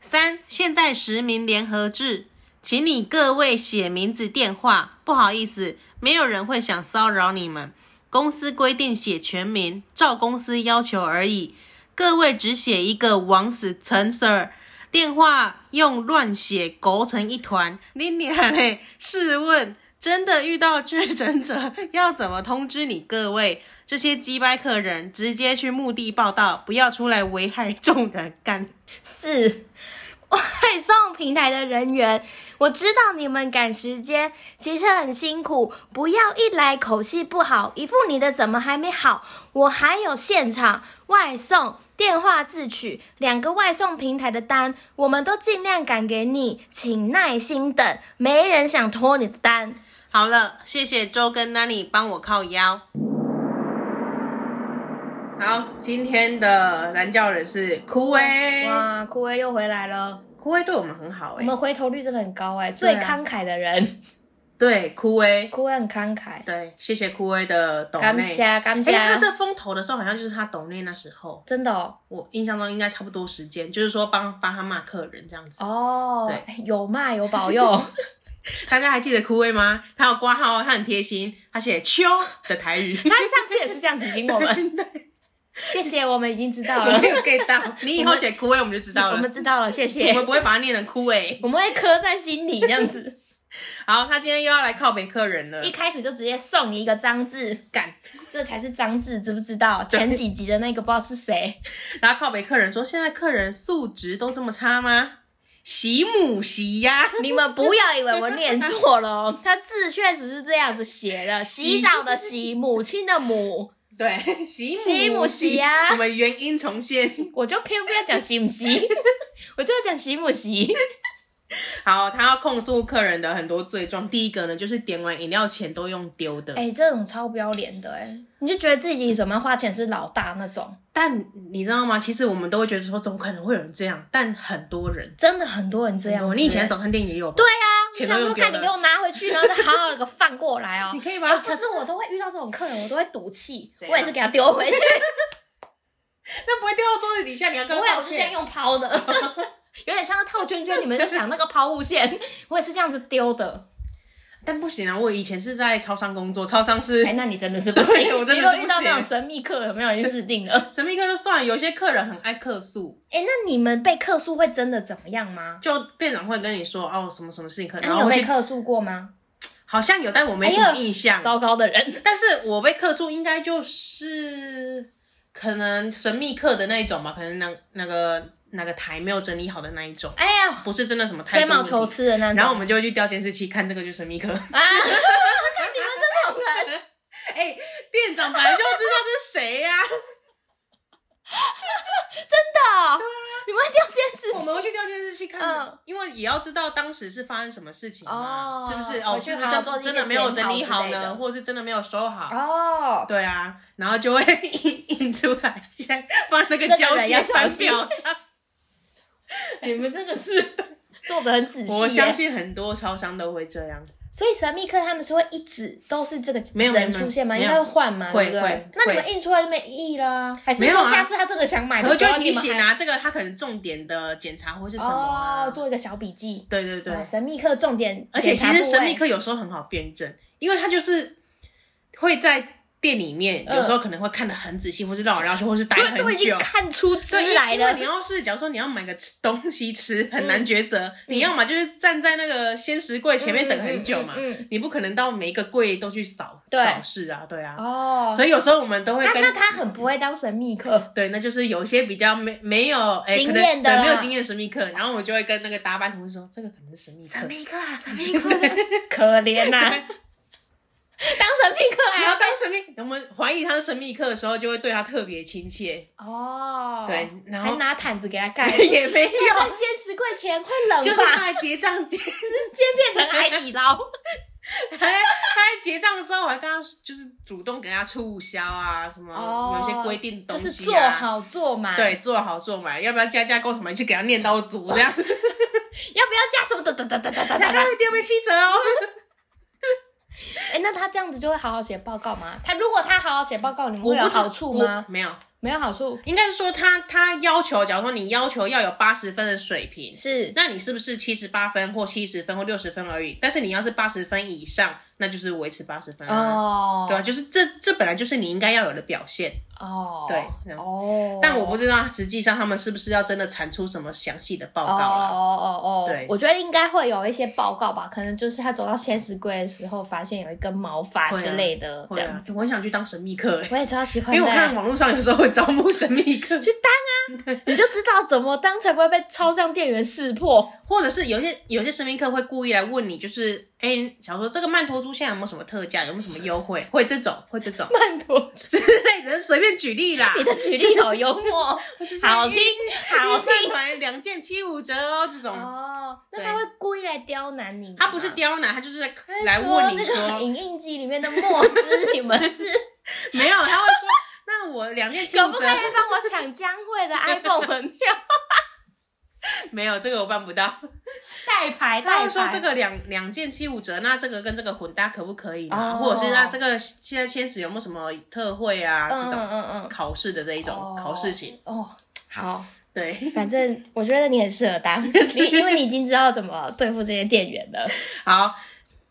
Speaker 1: 三，现在实名联合制，请你各位写名字、电话。不好意思，没有人会想骚扰你们。公司规定写全名，照公司要求而已。各位只写一个王死陈 Sir，电话用乱写勾成一团。你娘嘞！试问，真的遇到确诊者，要怎么通知你各位这些鸡掰客人？直接去墓地报道，不要出来危害众人干。
Speaker 2: 四， 外送平台的人员，我知道你们赶时间，其实很辛苦，不要一来口气不好，一副你的怎么还没好，我还有现场外送。电话自取两个外送平台的单，我们都尽量赶给你，请耐心等，没人想拖你的单。
Speaker 1: 好了，谢谢周跟 Nanny 帮我靠腰。好，今天的蓝教人是枯薇，
Speaker 2: 哇，枯威又回来了，
Speaker 1: 枯薇对我们很好
Speaker 2: 我
Speaker 1: 哎、
Speaker 2: 们回头率真的很高哎、最
Speaker 1: 对啊
Speaker 2: 慷慨的人，
Speaker 1: 对，枯薇，
Speaker 2: 枯威很慷慨，
Speaker 1: 对，谢谢枯薇的抖
Speaker 2: 感
Speaker 1: 内。
Speaker 2: 谢啊感谢
Speaker 1: 欸哎、，他这风头的时候，好像就是他抖内那时候，
Speaker 2: 真的哦，
Speaker 1: 我印象中应该差不多时间，就是说帮帮他骂客人这样子。
Speaker 2: 哦
Speaker 1: 对
Speaker 2: 哎有骂有保 佑，
Speaker 1: 大家还记得枯薇吗？他有挂号，他很贴心，他写“秋”的台 语，
Speaker 2: 他上次也是这样提醒我 们，谢谢，我们已经知道
Speaker 1: 我
Speaker 2: 了
Speaker 1: 没，有 get 到。你以后写枯薇，我们就知道
Speaker 2: 我
Speaker 1: 了。
Speaker 2: 们知道了，谢
Speaker 1: 我
Speaker 2: 谢，
Speaker 1: 们不会把它念成枯薇。
Speaker 2: 我们会刻在心里这样 子，
Speaker 1: 好，他今天又要来靠北客人了
Speaker 2: 一，开始就直接送你一个脏字，
Speaker 1: 干。
Speaker 2: 这才是脏字，知不知道？前几集的那个不知道是谁，
Speaker 1: 然后靠北客人说：“现在客人素质都这么差吗？洗母洗呀、
Speaker 2: 你们不要以为我念错了哦，他字确实是这样子写的，洗澡的洗，母亲的母，
Speaker 1: 对，洗母
Speaker 2: 洗母洗呀
Speaker 1: 我们原音重现。
Speaker 2: 我就偏不要讲洗母 洗，我就要讲洗母洗，
Speaker 1: 好，他要控诉客人的很多罪状。第一个呢，就是点完饮料钱都用丢的。
Speaker 2: 哎、这种超不要脸的哎、你就觉得自己怎么花钱是老大那种。
Speaker 1: 但你知道吗？其实我们都会觉得说，怎么可能会有人这样？但很多人，
Speaker 2: 真的很多人这样子欸。
Speaker 1: 你以前早餐店也有吧
Speaker 2: 对啊，
Speaker 1: 钱
Speaker 2: 想
Speaker 1: 都
Speaker 2: 说
Speaker 1: 用丢
Speaker 2: 看
Speaker 1: 了
Speaker 2: 你给我拿回去，然后 再好好的给我放过来哦
Speaker 1: 你。可以
Speaker 2: 哎
Speaker 1: 把它，
Speaker 2: 可是我都会遇到这种客人，我都会赌气
Speaker 1: 怎，样
Speaker 2: 我也是给他丢回去，
Speaker 1: 那不会掉到桌子底下，你要
Speaker 2: 不
Speaker 1: 跟
Speaker 2: 会，
Speaker 1: 他道
Speaker 2: 我是这样
Speaker 1: 歉。
Speaker 2: 用抛的， 有点像那套圈圈，你们就想那个抛物线， 我也是这样子丢的。
Speaker 1: 但不行啊，我以前是在超商工作，超商是
Speaker 2: 哎，那你真的是不行，
Speaker 1: 对我真的
Speaker 2: 你如果
Speaker 1: 是不
Speaker 2: 遇到那种
Speaker 1: 行
Speaker 2: 神秘客，有没有人死定了？
Speaker 1: 神秘客就算了，有些客人很爱客诉，
Speaker 2: 哎，那你们被客诉会真的怎么样吗？
Speaker 1: 就店长会跟你说哦什么什么事情可能，
Speaker 2: 那
Speaker 1: 然
Speaker 2: 哎你
Speaker 1: 后
Speaker 2: 有
Speaker 1: 我
Speaker 2: 被
Speaker 1: 去
Speaker 2: 客诉 过吗？
Speaker 1: 好像有，但我没什
Speaker 2: 哎
Speaker 1: 么
Speaker 2: 呦
Speaker 1: 印象。
Speaker 2: 糟糕的人，
Speaker 1: 但是我被客诉应该就是可能神秘客的那一种吧，可能那那个那个台没有整理好的那一种，
Speaker 2: 哎呀，
Speaker 1: 不是真的什么态
Speaker 2: 吹
Speaker 1: 度
Speaker 2: 毛
Speaker 1: 问题
Speaker 2: 求疵的那种。
Speaker 1: 然后我们就会去调监视器看这个就是神秘客。
Speaker 2: 啊， 看你们这种人。
Speaker 1: 哎、店长本来就知道这是谁啊 呀、
Speaker 2: 的，哦你们会掉监视
Speaker 1: 啊我
Speaker 2: 器
Speaker 1: 们会去调监视器看，
Speaker 2: 嗯
Speaker 1: 因为也要知道当时是发生什么事情嘛，
Speaker 2: 哦
Speaker 1: 是不是？哦，
Speaker 2: 回去
Speaker 1: 是不是
Speaker 2: 好好做
Speaker 1: 真
Speaker 2: 一些
Speaker 1: 真的没有整理好
Speaker 2: 检讨之类
Speaker 1: 呢，
Speaker 2: 的
Speaker 1: 或者是真的没有收好？
Speaker 2: 哦，
Speaker 1: 对啊，然后就会 印印出来，现在放那个
Speaker 2: 这个
Speaker 1: 交
Speaker 2: 人
Speaker 1: 接
Speaker 2: 要
Speaker 1: 传
Speaker 2: 小心
Speaker 1: 表上。
Speaker 2: 你们真的是 做的很仔细耶。
Speaker 1: 我相信很多超商都会这样，
Speaker 2: 所以神秘客他们是会一直都是这个
Speaker 1: 没有
Speaker 2: 人
Speaker 1: 没有
Speaker 2: 出现吗？
Speaker 1: 没
Speaker 2: 应
Speaker 1: 有
Speaker 2: 该会换吗？
Speaker 1: 会
Speaker 2: 对不对
Speaker 1: 会
Speaker 2: 那你们
Speaker 1: 会
Speaker 2: 印出来就没意义啦，还是
Speaker 1: 没有
Speaker 2: 说
Speaker 1: 啊
Speaker 2: 下次他真的想买
Speaker 1: 可
Speaker 2: 的
Speaker 1: 是
Speaker 2: 时
Speaker 1: 就
Speaker 2: 候，
Speaker 1: 会提醒
Speaker 2: 哎你们
Speaker 1: 啊，这个他可能重点的检查或是什
Speaker 2: 还
Speaker 1: 么啊？
Speaker 2: 哦，做一个小笔记。
Speaker 1: 对对对
Speaker 2: 哦，神秘客重点，
Speaker 1: 而且其实神秘
Speaker 2: 客
Speaker 1: 客有时候很好辨认，因为他就是会在店里面，
Speaker 2: 嗯
Speaker 1: 有时候可能会看得很仔细，或是绕来绕去，或是待很
Speaker 2: 都已经
Speaker 1: 久。
Speaker 2: 看出汁
Speaker 1: 对，因
Speaker 2: 来
Speaker 1: 因为
Speaker 2: 了嗯
Speaker 1: 你。要是假如说你要买个吃东西吃，很难抉择。你要么就是站在那个鲜食柜前面等很久嘛，
Speaker 2: 嗯嗯嗯嗯
Speaker 1: 你不可能到每一个柜都去扫
Speaker 2: 对
Speaker 1: 扫视啊，对啊。
Speaker 2: 哦，
Speaker 1: 所以有时候我们都会
Speaker 2: 那
Speaker 1: 跟
Speaker 2: 那他很不会当神秘客，
Speaker 1: 对，那就是有一些比较没没有哎、
Speaker 2: 经
Speaker 1: 可能
Speaker 2: 验的
Speaker 1: 对没有
Speaker 2: 啦
Speaker 1: 经验神秘客，然后我就会跟那个搭班同事说，这个可能是神秘客
Speaker 2: 神。秘客 啊啦，神秘客啦，可怜呐，当神秘客
Speaker 1: 然
Speaker 2: 啊
Speaker 1: 后。当神秘，我们怀疑他是神秘客的时候，就会对他特别亲切。
Speaker 2: 哦，
Speaker 1: 对然后
Speaker 2: 还拿毯子给他 盖，在
Speaker 1: 也没有，
Speaker 2: 现实柜前会冷吧？
Speaker 1: 就是他来结账结，
Speaker 2: 直接变成海底捞，
Speaker 1: 还还结账的时候，我还跟他就是主动给他促销啊，什么、
Speaker 2: 哦
Speaker 1: 有一些规定的
Speaker 2: 就
Speaker 1: 东
Speaker 2: 是
Speaker 1: 西
Speaker 2: 做
Speaker 1: 啊。
Speaker 2: 好做满，
Speaker 1: 对，，做好做满，要不要加价购什么？你去给他念到足，这样
Speaker 2: 要不要加什么哒哒哒哒哒哒
Speaker 1: 他
Speaker 2: 哒？
Speaker 1: 会丢被七折哦。
Speaker 2: 哎，那他这样子就会好好写报告吗？他如果他好好写报告，你 们
Speaker 1: 我
Speaker 2: 会有
Speaker 1: 不知
Speaker 2: 好处吗？？
Speaker 1: 我没有，
Speaker 2: 没有好处，
Speaker 1: 应该是说他他要求，假如说你要求要有八十分的水平，
Speaker 2: 是
Speaker 1: 那你是不是七十八分或七十分或六十分而已？但是你要是八十分以上，那就是维持八十分啊，
Speaker 2: 哦，
Speaker 1: 对吧、就是这这本来就是你应该要有的表现，
Speaker 2: 哦，
Speaker 1: 对这样
Speaker 2: 哦，
Speaker 1: 但我不知道实际上他们是不是要真的产出什么详细的报
Speaker 2: 哦
Speaker 1: 告
Speaker 2: 哦
Speaker 1: 啦。
Speaker 2: 哦哦，
Speaker 1: 对
Speaker 2: 我觉得应该会有一些报告吧，可能就是他走到千石柜的时候，发现有一根毛发
Speaker 1: 会啊
Speaker 2: 之类的，这
Speaker 1: 会
Speaker 2: 样
Speaker 1: 啊
Speaker 2: 子。，
Speaker 1: 我很想去当神秘客、欸，
Speaker 2: 我也超喜欢
Speaker 1: 因
Speaker 2: 的，
Speaker 1: 为我看网络上有时候会招募神秘客，
Speaker 2: 去当啊，你就知道怎么当才不会被超商店员识 破。
Speaker 1: 或者是有些有些神秘客会故意来问你，就是哎、假如说这个曼陀珠现在有没有什么特价，有没有什么优惠，
Speaker 2: 嗯
Speaker 1: 会这种会这种
Speaker 2: 曼陀，
Speaker 1: 之类的，随便举例啦。
Speaker 2: 你的举例好幽默， 好听，好听。
Speaker 1: 饭团两件七五折哦，这种、
Speaker 2: 哦，那
Speaker 1: 对
Speaker 2: 他会故意来刁难你吗？
Speaker 1: 他不是刁难，他就是在
Speaker 2: 他会说
Speaker 1: 来问你
Speaker 2: 那个
Speaker 1: 说，
Speaker 2: 影印机里面的墨汁，你们是
Speaker 1: 没有，他会说，那我两件七
Speaker 2: 可
Speaker 1: 五
Speaker 2: 不可
Speaker 1: 折
Speaker 2: 以，帮我抢江 惠的 iPhone 门票？
Speaker 1: 没有这个我办不 到。
Speaker 2: 代牌
Speaker 1: 他
Speaker 2: 代
Speaker 1: 会说
Speaker 2: 牌，
Speaker 1: 这个两两件七五折，那这个跟这个混搭可不可以呢？
Speaker 2: 哦
Speaker 1: 或者是那这个现在先使有没有什么特惠啊？
Speaker 2: 嗯
Speaker 1: 这种
Speaker 2: 嗯嗯，
Speaker 1: 考试的这一种、
Speaker 2: 哦
Speaker 1: 考试型，
Speaker 2: 哦，好，
Speaker 1: 对，
Speaker 2: 反正我觉得你很适合当， 你因为你已经知道怎么对付这些店员了。
Speaker 1: 好。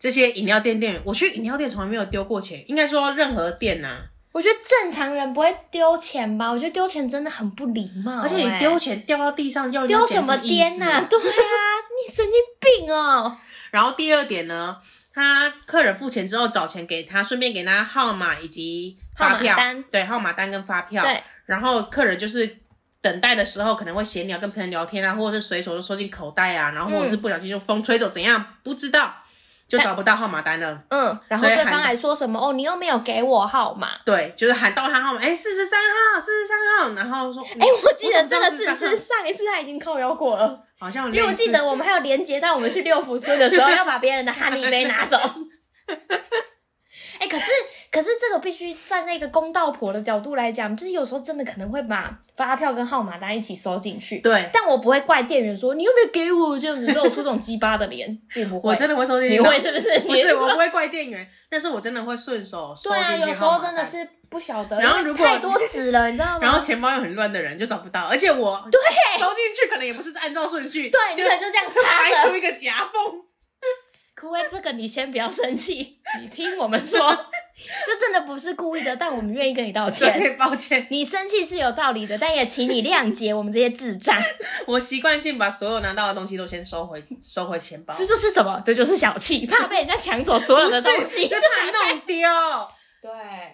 Speaker 1: 这些饮料店店员，我去饮料店从来没有丢过钱，应该说任何店呐、
Speaker 2: 我觉得正常人不会丢钱吧？我觉得丢钱真的很不礼貌、
Speaker 1: 而且你
Speaker 2: 哎
Speaker 1: 丢钱掉到地上，要
Speaker 2: 丢什么颠呐、
Speaker 1: 呐、
Speaker 2: 对啊，你神经病 哦！
Speaker 1: 然后第二点呢，他客人付钱之后找钱给他，顺便给他号码以及发票，
Speaker 2: 号码单
Speaker 1: 对，号码单跟发票。
Speaker 2: 对，
Speaker 1: 然后客人就是等待的时候可能会闲聊，跟朋友聊天啊，或者是随手就收进口袋啊，然后或
Speaker 2: 嗯
Speaker 1: 者是不小心就风吹走，怎样不知道就找不到号码单了。
Speaker 2: 嗯，然后
Speaker 1: 所以
Speaker 2: 对
Speaker 1: 喊
Speaker 2: 方还说什么哦，你又没有给我号码。
Speaker 1: 对，就是喊到他号码，哎，四十三号，四十三号，然后说，哦
Speaker 2: 哎、我记得这个
Speaker 1: 嗯怎么
Speaker 2: 是
Speaker 1: 知道43
Speaker 2: 是
Speaker 1: 号
Speaker 2: 上一次他已经靠腰过了，
Speaker 1: 好像有
Speaker 2: 因为我
Speaker 1: 类似
Speaker 2: 记得我们还有连接到我们去六福村的时候要把别人的哈尼杯拿走。 哎、可是可是这个必须站在一个公道婆的角度来讲，就是有时候真的可能会把发票跟号码单一起收进去。
Speaker 1: 对，
Speaker 2: 但我不会怪店员说你有没有给我这样子露出这种鸡巴的 脸，并不会。
Speaker 1: 我真的会收进去，
Speaker 2: 你会是不 是？
Speaker 1: 不
Speaker 2: 你
Speaker 1: 是，我不会怪店员，但是我真的会顺手收
Speaker 2: 对啊，
Speaker 1: 进去
Speaker 2: 有时
Speaker 1: 号
Speaker 2: 候
Speaker 1: 码
Speaker 2: 真的
Speaker 1: 单。
Speaker 2: 是不晓得，
Speaker 1: 然后
Speaker 2: 因为
Speaker 1: 如果
Speaker 2: 太多纸了，你知道吗？
Speaker 1: 然后钱包又很乱的人就找不到，而且我对收进去可能也不是按照顺序，
Speaker 2: 对，你
Speaker 1: 就
Speaker 2: 可能就这样
Speaker 1: 就
Speaker 2: 插
Speaker 1: 掰
Speaker 2: 着。
Speaker 1: 出一个夹 缝。
Speaker 2: 可威，这个你先不要 生气，你听我们说，这真的不是故意的，但我们愿意跟你道歉。
Speaker 1: 对，抱歉，
Speaker 2: 你生气是有道理的，但也请你谅解我们这些 智障。
Speaker 1: 我习惯性把所有拿到的东西都先收回，收回钱包。
Speaker 2: 这就是什么？这就是小气，怕被人家抢走所有的东 西，
Speaker 1: 是怕弄丢。
Speaker 2: 对，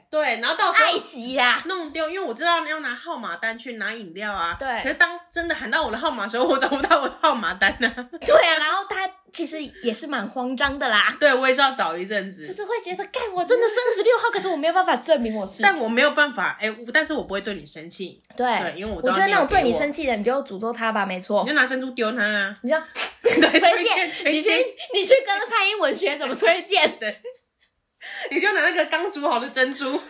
Speaker 1: 对，然后到时
Speaker 2: 爱
Speaker 1: 候
Speaker 2: 惜啦。
Speaker 1: 弄丢，因为我知道要拿号码单去拿饮料啊。
Speaker 2: 对
Speaker 1: 可是当真的喊到我的号码的时候，我找不到我的号码单呢、
Speaker 2: 对啊，然后他其实也是蛮慌张的啦。
Speaker 1: 对，我也是要找一阵
Speaker 2: 就
Speaker 1: 子，
Speaker 2: 是会觉得，干，我真的是二十六号，可是我没有办法证明我是。
Speaker 1: 但我没有办法，哎、但是我不会对你生气，对，
Speaker 2: 对，
Speaker 1: 因为我
Speaker 2: 我
Speaker 1: 知道
Speaker 2: 觉得那种对
Speaker 1: 你
Speaker 2: 你
Speaker 1: 有给我
Speaker 2: 生气的，你就诅咒他吧，没错
Speaker 1: 你。就拿珍珠丢他啊！
Speaker 2: 你就
Speaker 1: 对，
Speaker 2: 崔
Speaker 1: 崔
Speaker 2: 健
Speaker 1: 健，， 崔
Speaker 2: 你去
Speaker 1: 健，
Speaker 2: 你去跟蔡英文学怎么崔健，
Speaker 1: 你就拿那个刚煮好的珍珠。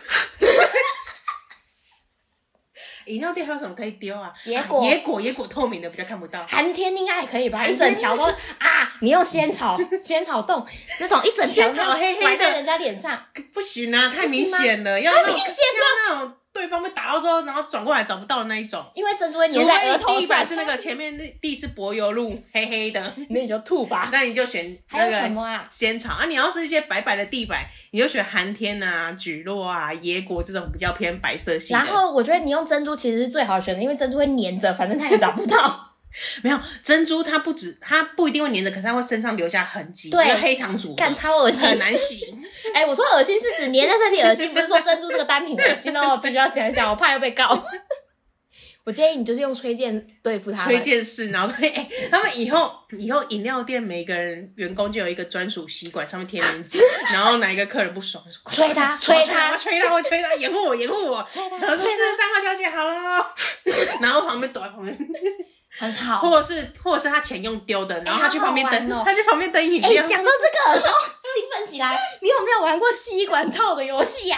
Speaker 1: 饮料店还有什么可以丢啊？
Speaker 2: 野果
Speaker 1: 啊野果，野果透明的比较看不到。
Speaker 2: 寒天应该还可以吧？一整条都啊，你用仙草 仙草冻那种一整条
Speaker 1: 仙草黑黑的
Speaker 2: 甩在人家脸上，
Speaker 1: 不行啊，太明显了，要
Speaker 2: 太
Speaker 1: 那
Speaker 2: 明
Speaker 1: 种
Speaker 2: 显
Speaker 1: 要
Speaker 2: 了，
Speaker 1: 那种对方被打到之后，然后转过来找不到的那一种。
Speaker 2: 因为珍珠会
Speaker 1: 除
Speaker 2: 粘在额
Speaker 1: 非
Speaker 2: 头
Speaker 1: 你地板
Speaker 2: 上，
Speaker 1: 是那个前面那地是柏油路，黑黑的，
Speaker 2: 那你就吐吧。
Speaker 1: 那你就选
Speaker 2: 啊 还
Speaker 1: 那
Speaker 2: 有什么啊
Speaker 1: 个仙草啊。你要是一些白白的地板，你就选寒天啊、菊落啊、野果这种比较偏白色系的。
Speaker 2: 然后我觉得你用珍珠其实是最好的选择，因为珍珠会粘着，反正它也找 不到。
Speaker 1: 没有珍珠，它不止，它不一定会粘着，可是它会身上留下痕迹，
Speaker 2: 对
Speaker 1: 因为黑糖煮的
Speaker 2: 干超恶心，
Speaker 1: 很难 洗。
Speaker 2: 哎、我说恶心是指粘在身体恶心，不是说珍珠这个单品恶心哦，必须要讲一讲，我怕又被告。 我建议你就是用崔健对付他们。
Speaker 1: 崔健式，然后对，哎、他们以后以后饮料店每个人员工就有一个专属吸管，上面贴名字，然后哪一个客人不爽，就说快
Speaker 2: 吹他
Speaker 1: 快
Speaker 2: 吹他
Speaker 1: 我要吹他，我要吹他，掩护我，掩护我。
Speaker 2: 吹他
Speaker 1: 然后说
Speaker 2: 吹
Speaker 1: 四十三号小姐好了 哦，然后旁边躲在旁边，
Speaker 2: 他很好。
Speaker 1: 或者是或者是他钱用丢的，然后他去
Speaker 2: 哦哎好好
Speaker 1: 旁边
Speaker 2: 玩
Speaker 1: 等，
Speaker 2: 哦
Speaker 1: 他去旁边等饮
Speaker 2: 哎、
Speaker 1: 料。
Speaker 2: 讲到这个，哦，兴奋起来。 你有没有玩过吸管套的游戏呀？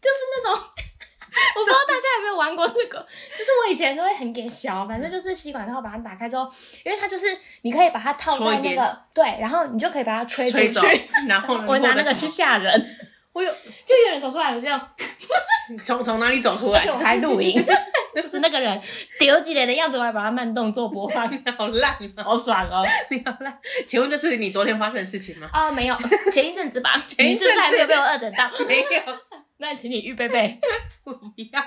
Speaker 2: 就是那种， 我不知道大家有没有玩过这个。就是我以前都会很给小，反正就是吸管套把它打开之后，因为它就是你可以把它套
Speaker 1: 戳
Speaker 2: 在
Speaker 1: 一
Speaker 2: 那
Speaker 1: 边
Speaker 2: 个对，然后你就可以把它吹出
Speaker 1: 吹走
Speaker 2: 去。，
Speaker 1: 然后呢
Speaker 2: 我
Speaker 1: 或
Speaker 2: 拿
Speaker 1: 者
Speaker 2: 那个
Speaker 1: 什
Speaker 2: 去
Speaker 1: 么
Speaker 2: 吓人，
Speaker 1: 我有
Speaker 2: 就有人走出来了这样。
Speaker 1: 从从哪里走出来
Speaker 2: 而且？我还录音， 就是那个人丢几脸的样子，我还把它慢动作播放，
Speaker 1: 好烂啊！
Speaker 2: 好爽 哦！
Speaker 1: 你好烂。请问这是你昨天发生的事情 吗？
Speaker 2: 啊、没有，前一阵子吧，
Speaker 1: 前
Speaker 2: 你
Speaker 1: 一
Speaker 2: 是
Speaker 1: 阵子
Speaker 2: 不是还没有被我二诊到？
Speaker 1: 没有，
Speaker 2: 那请你预备备。
Speaker 1: 我不要。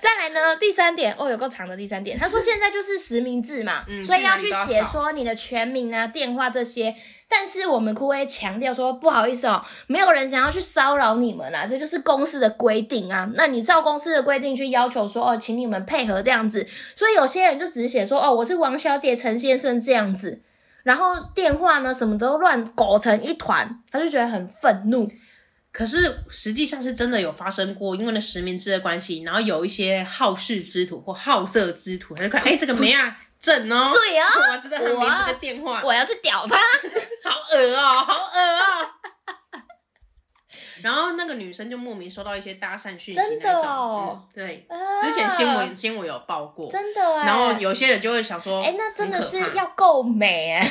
Speaker 2: 再来呢，第三点哦，有够长的第三点，他说现在就是实名制嘛，
Speaker 1: 嗯
Speaker 2: 所以要去
Speaker 1: 去哪里都
Speaker 2: 写
Speaker 1: 要扫
Speaker 2: 说你的全名啊、电话这些。但是我们酷威强调说，不好意思哦，没有人想要去骚扰你们啊，这就是公司的规定啊。那你照公司的规定去要求说，哦，请你们配合这样子。所以有些人就只写说，哦，我是王小姐、陈先生这样子。然后电话呢，什么都乱搞成一团，他就觉得很愤怒。
Speaker 1: 哦可是实际上是真的有发生过，因为那实名制的关系，然后有一些好事之徒或好色之徒，他就看，哎、这个没啊，正哦，
Speaker 2: 对啊，
Speaker 1: 我知道他没这个电话，
Speaker 2: 我要去屌他。
Speaker 1: 好恶哦、好恶哦、 然后那个女生就莫名收到一些搭讪讯息那种，
Speaker 2: 真的哦
Speaker 1: 嗯、对，
Speaker 2: 啊
Speaker 1: 之前新闻新闻有报过，
Speaker 2: 真的哎、
Speaker 1: 然后有些人就会想说，
Speaker 2: 哎、那真的
Speaker 1: 哦很可怕
Speaker 2: 是要够美哎、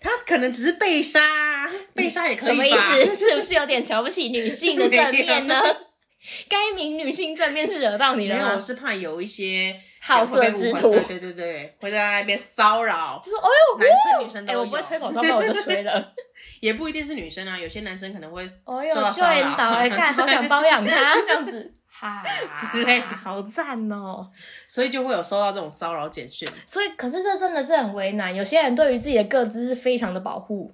Speaker 1: 他可能只是被杀啊，被杀也 可
Speaker 2: 嗯什么
Speaker 1: 以
Speaker 2: 意
Speaker 1: 吧？
Speaker 2: 思？ 是不是有点瞧不起女性的正面呢
Speaker 1: 没？
Speaker 2: 该名女性正面是惹到你
Speaker 1: 没
Speaker 2: 了
Speaker 1: 有，我
Speaker 2: 吗？
Speaker 1: 是怕有一些
Speaker 2: 好色之徒
Speaker 1: 会被误会对对对，会在那边骚 扰
Speaker 2: 就说哎呦，
Speaker 1: 男生女生
Speaker 2: 哎、
Speaker 1: 都有，
Speaker 2: 我不会吹口哨，那我就吹 了。
Speaker 1: 也不一定是女生啊，有些男生可能会
Speaker 2: 哎
Speaker 1: 受
Speaker 2: 呦，
Speaker 1: 到
Speaker 2: 就
Speaker 1: 骚扰
Speaker 2: 引导来看，好想包 养他这样子，哈
Speaker 1: 之类的
Speaker 2: 好赞哦。
Speaker 1: 所以就会有收到这种骚扰简讯，
Speaker 2: 所以，可是这真的是很为难。有些人对于自己的个资是非常的保护。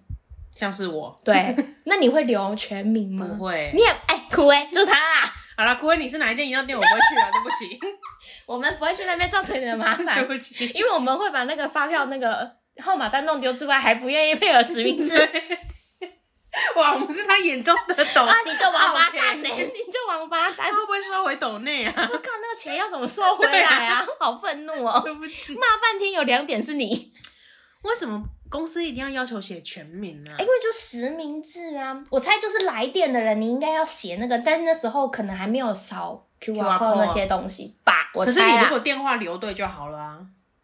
Speaker 1: 像是我
Speaker 2: 对，那你会留全名
Speaker 1: 不
Speaker 2: 吗？
Speaker 1: 会
Speaker 2: 你。也哎，苦哎、就是他啦。
Speaker 1: 好了，顾问，你是哪一间饮料店？我不会去啊，对不 起，
Speaker 2: 我们不会去那边造成你的麻
Speaker 1: 对
Speaker 2: 烦，
Speaker 1: 不起。
Speaker 2: 因为我们会把那个发票那个号码单弄丢之外，还不愿意配合实 名制。
Speaker 1: 哇，我们是他眼中的抖，
Speaker 2: 啊，你就王八蛋呢、
Speaker 1: OK
Speaker 2: 你就王八蛋！
Speaker 1: 他会不会收回抖内 啊？
Speaker 2: 我靠，那个钱要怎么收回来啊？好愤怒哦！
Speaker 1: 对不起，
Speaker 2: 骂半天有两点是 你，
Speaker 1: 为什么公司一定要要求写全名呢、
Speaker 2: 哎因为就实名制啊，我猜就是来电的人你应该要写那个，但是那时候可能还没有扫 QR
Speaker 1: QR
Speaker 2: code
Speaker 1: code
Speaker 2: 那些东西吧，我
Speaker 1: 可是你
Speaker 2: 猜
Speaker 1: 如
Speaker 2: 啦
Speaker 1: 果。电话留对就好了啊，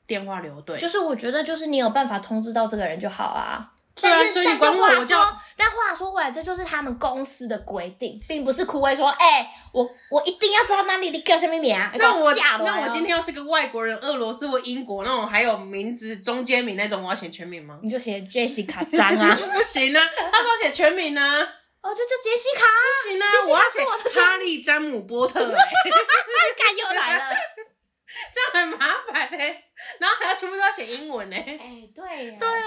Speaker 1: 电话留对。
Speaker 2: 就是我觉得就是你有办法通知到这个人就好啊。
Speaker 1: 对啊
Speaker 2: 但是
Speaker 1: 所以
Speaker 2: 但
Speaker 1: 你
Speaker 2: 是
Speaker 1: 管我
Speaker 2: 话
Speaker 1: 我就
Speaker 2: 说，但话说回来，这就是他们公司的规定，并不是枯萎说，哎、我我一定要知道哪里的叫什么名啊，
Speaker 1: 那我
Speaker 2: 吓了。
Speaker 1: 那我今天要是个外国人，俄罗斯或英国那种，还有名字中间名那种，我要写全名吗？
Speaker 2: 你就写 Jessica 张啊，
Speaker 1: 不行啊，他说写全名呢、啊，
Speaker 2: 哦，就叫杰西 卡啊，
Speaker 1: 不行啊
Speaker 2: 这，是
Speaker 1: 我要
Speaker 2: 他是我的
Speaker 1: 写哈利詹姆波特、欸，
Speaker 2: 干又来了。
Speaker 1: 这样很麻烦嘞、然后还要全部都要写英文欸呢、
Speaker 2: 哎，对呀，对啊。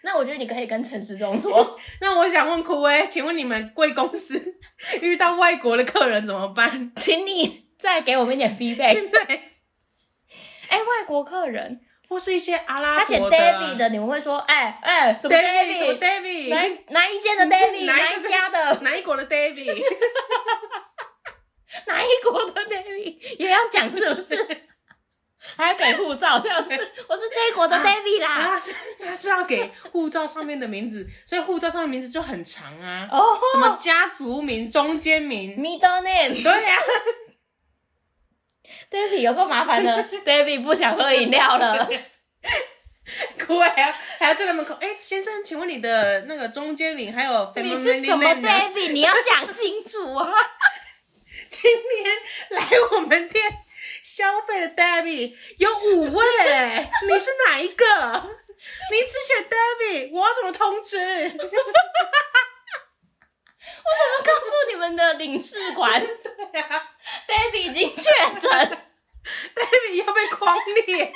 Speaker 2: 那我觉得你可以跟陈时中说，
Speaker 1: 那我想问枯威，请问你们贵公司 遇到外国的客人怎么办？
Speaker 2: 请你再给我们一点 feedback。
Speaker 1: 对，
Speaker 2: 哎，外国客人，
Speaker 1: 或是一些阿
Speaker 2: 他
Speaker 1: 拉
Speaker 2: 写
Speaker 1: 伯
Speaker 2: David
Speaker 1: 的啊
Speaker 2: 的，你们会说，哎哎，什么
Speaker 1: David 什么
Speaker 2: David？哪
Speaker 1: David，
Speaker 2: 一哪一间的 David？
Speaker 1: 哪
Speaker 2: 哪
Speaker 1: 一
Speaker 2: 一
Speaker 1: 个
Speaker 2: 家的？
Speaker 1: 哪一国的 David？
Speaker 2: 哪一国的 David 也要讲是不 是？还要给护照这样子？我是这一
Speaker 1: 啊
Speaker 2: 国的 David 啦。
Speaker 1: 他是他是要给护照上面的名字，所以护照上的名字就很长啊，
Speaker 2: 哦，
Speaker 1: 什么家族名、中间名，
Speaker 2: middle name？
Speaker 1: 对呀、
Speaker 2: David 有够麻烦的，David 不想喝饮 料了。
Speaker 1: 啊，酷还要还要站在门口，哎、先生，请问你的那个中间名还有 family
Speaker 2: 你是什
Speaker 1: name
Speaker 2: 么
Speaker 1: 呢
Speaker 2: David？你要讲清楚啊！
Speaker 1: 今天来我们店消费的 David 有五位，你是哪 一个？你只选 David，我要怎么通 知？
Speaker 2: 我怎么告诉你们的领事馆
Speaker 1: 对啊
Speaker 2: ，David 已经确 诊
Speaker 1: ，David 要被框裂。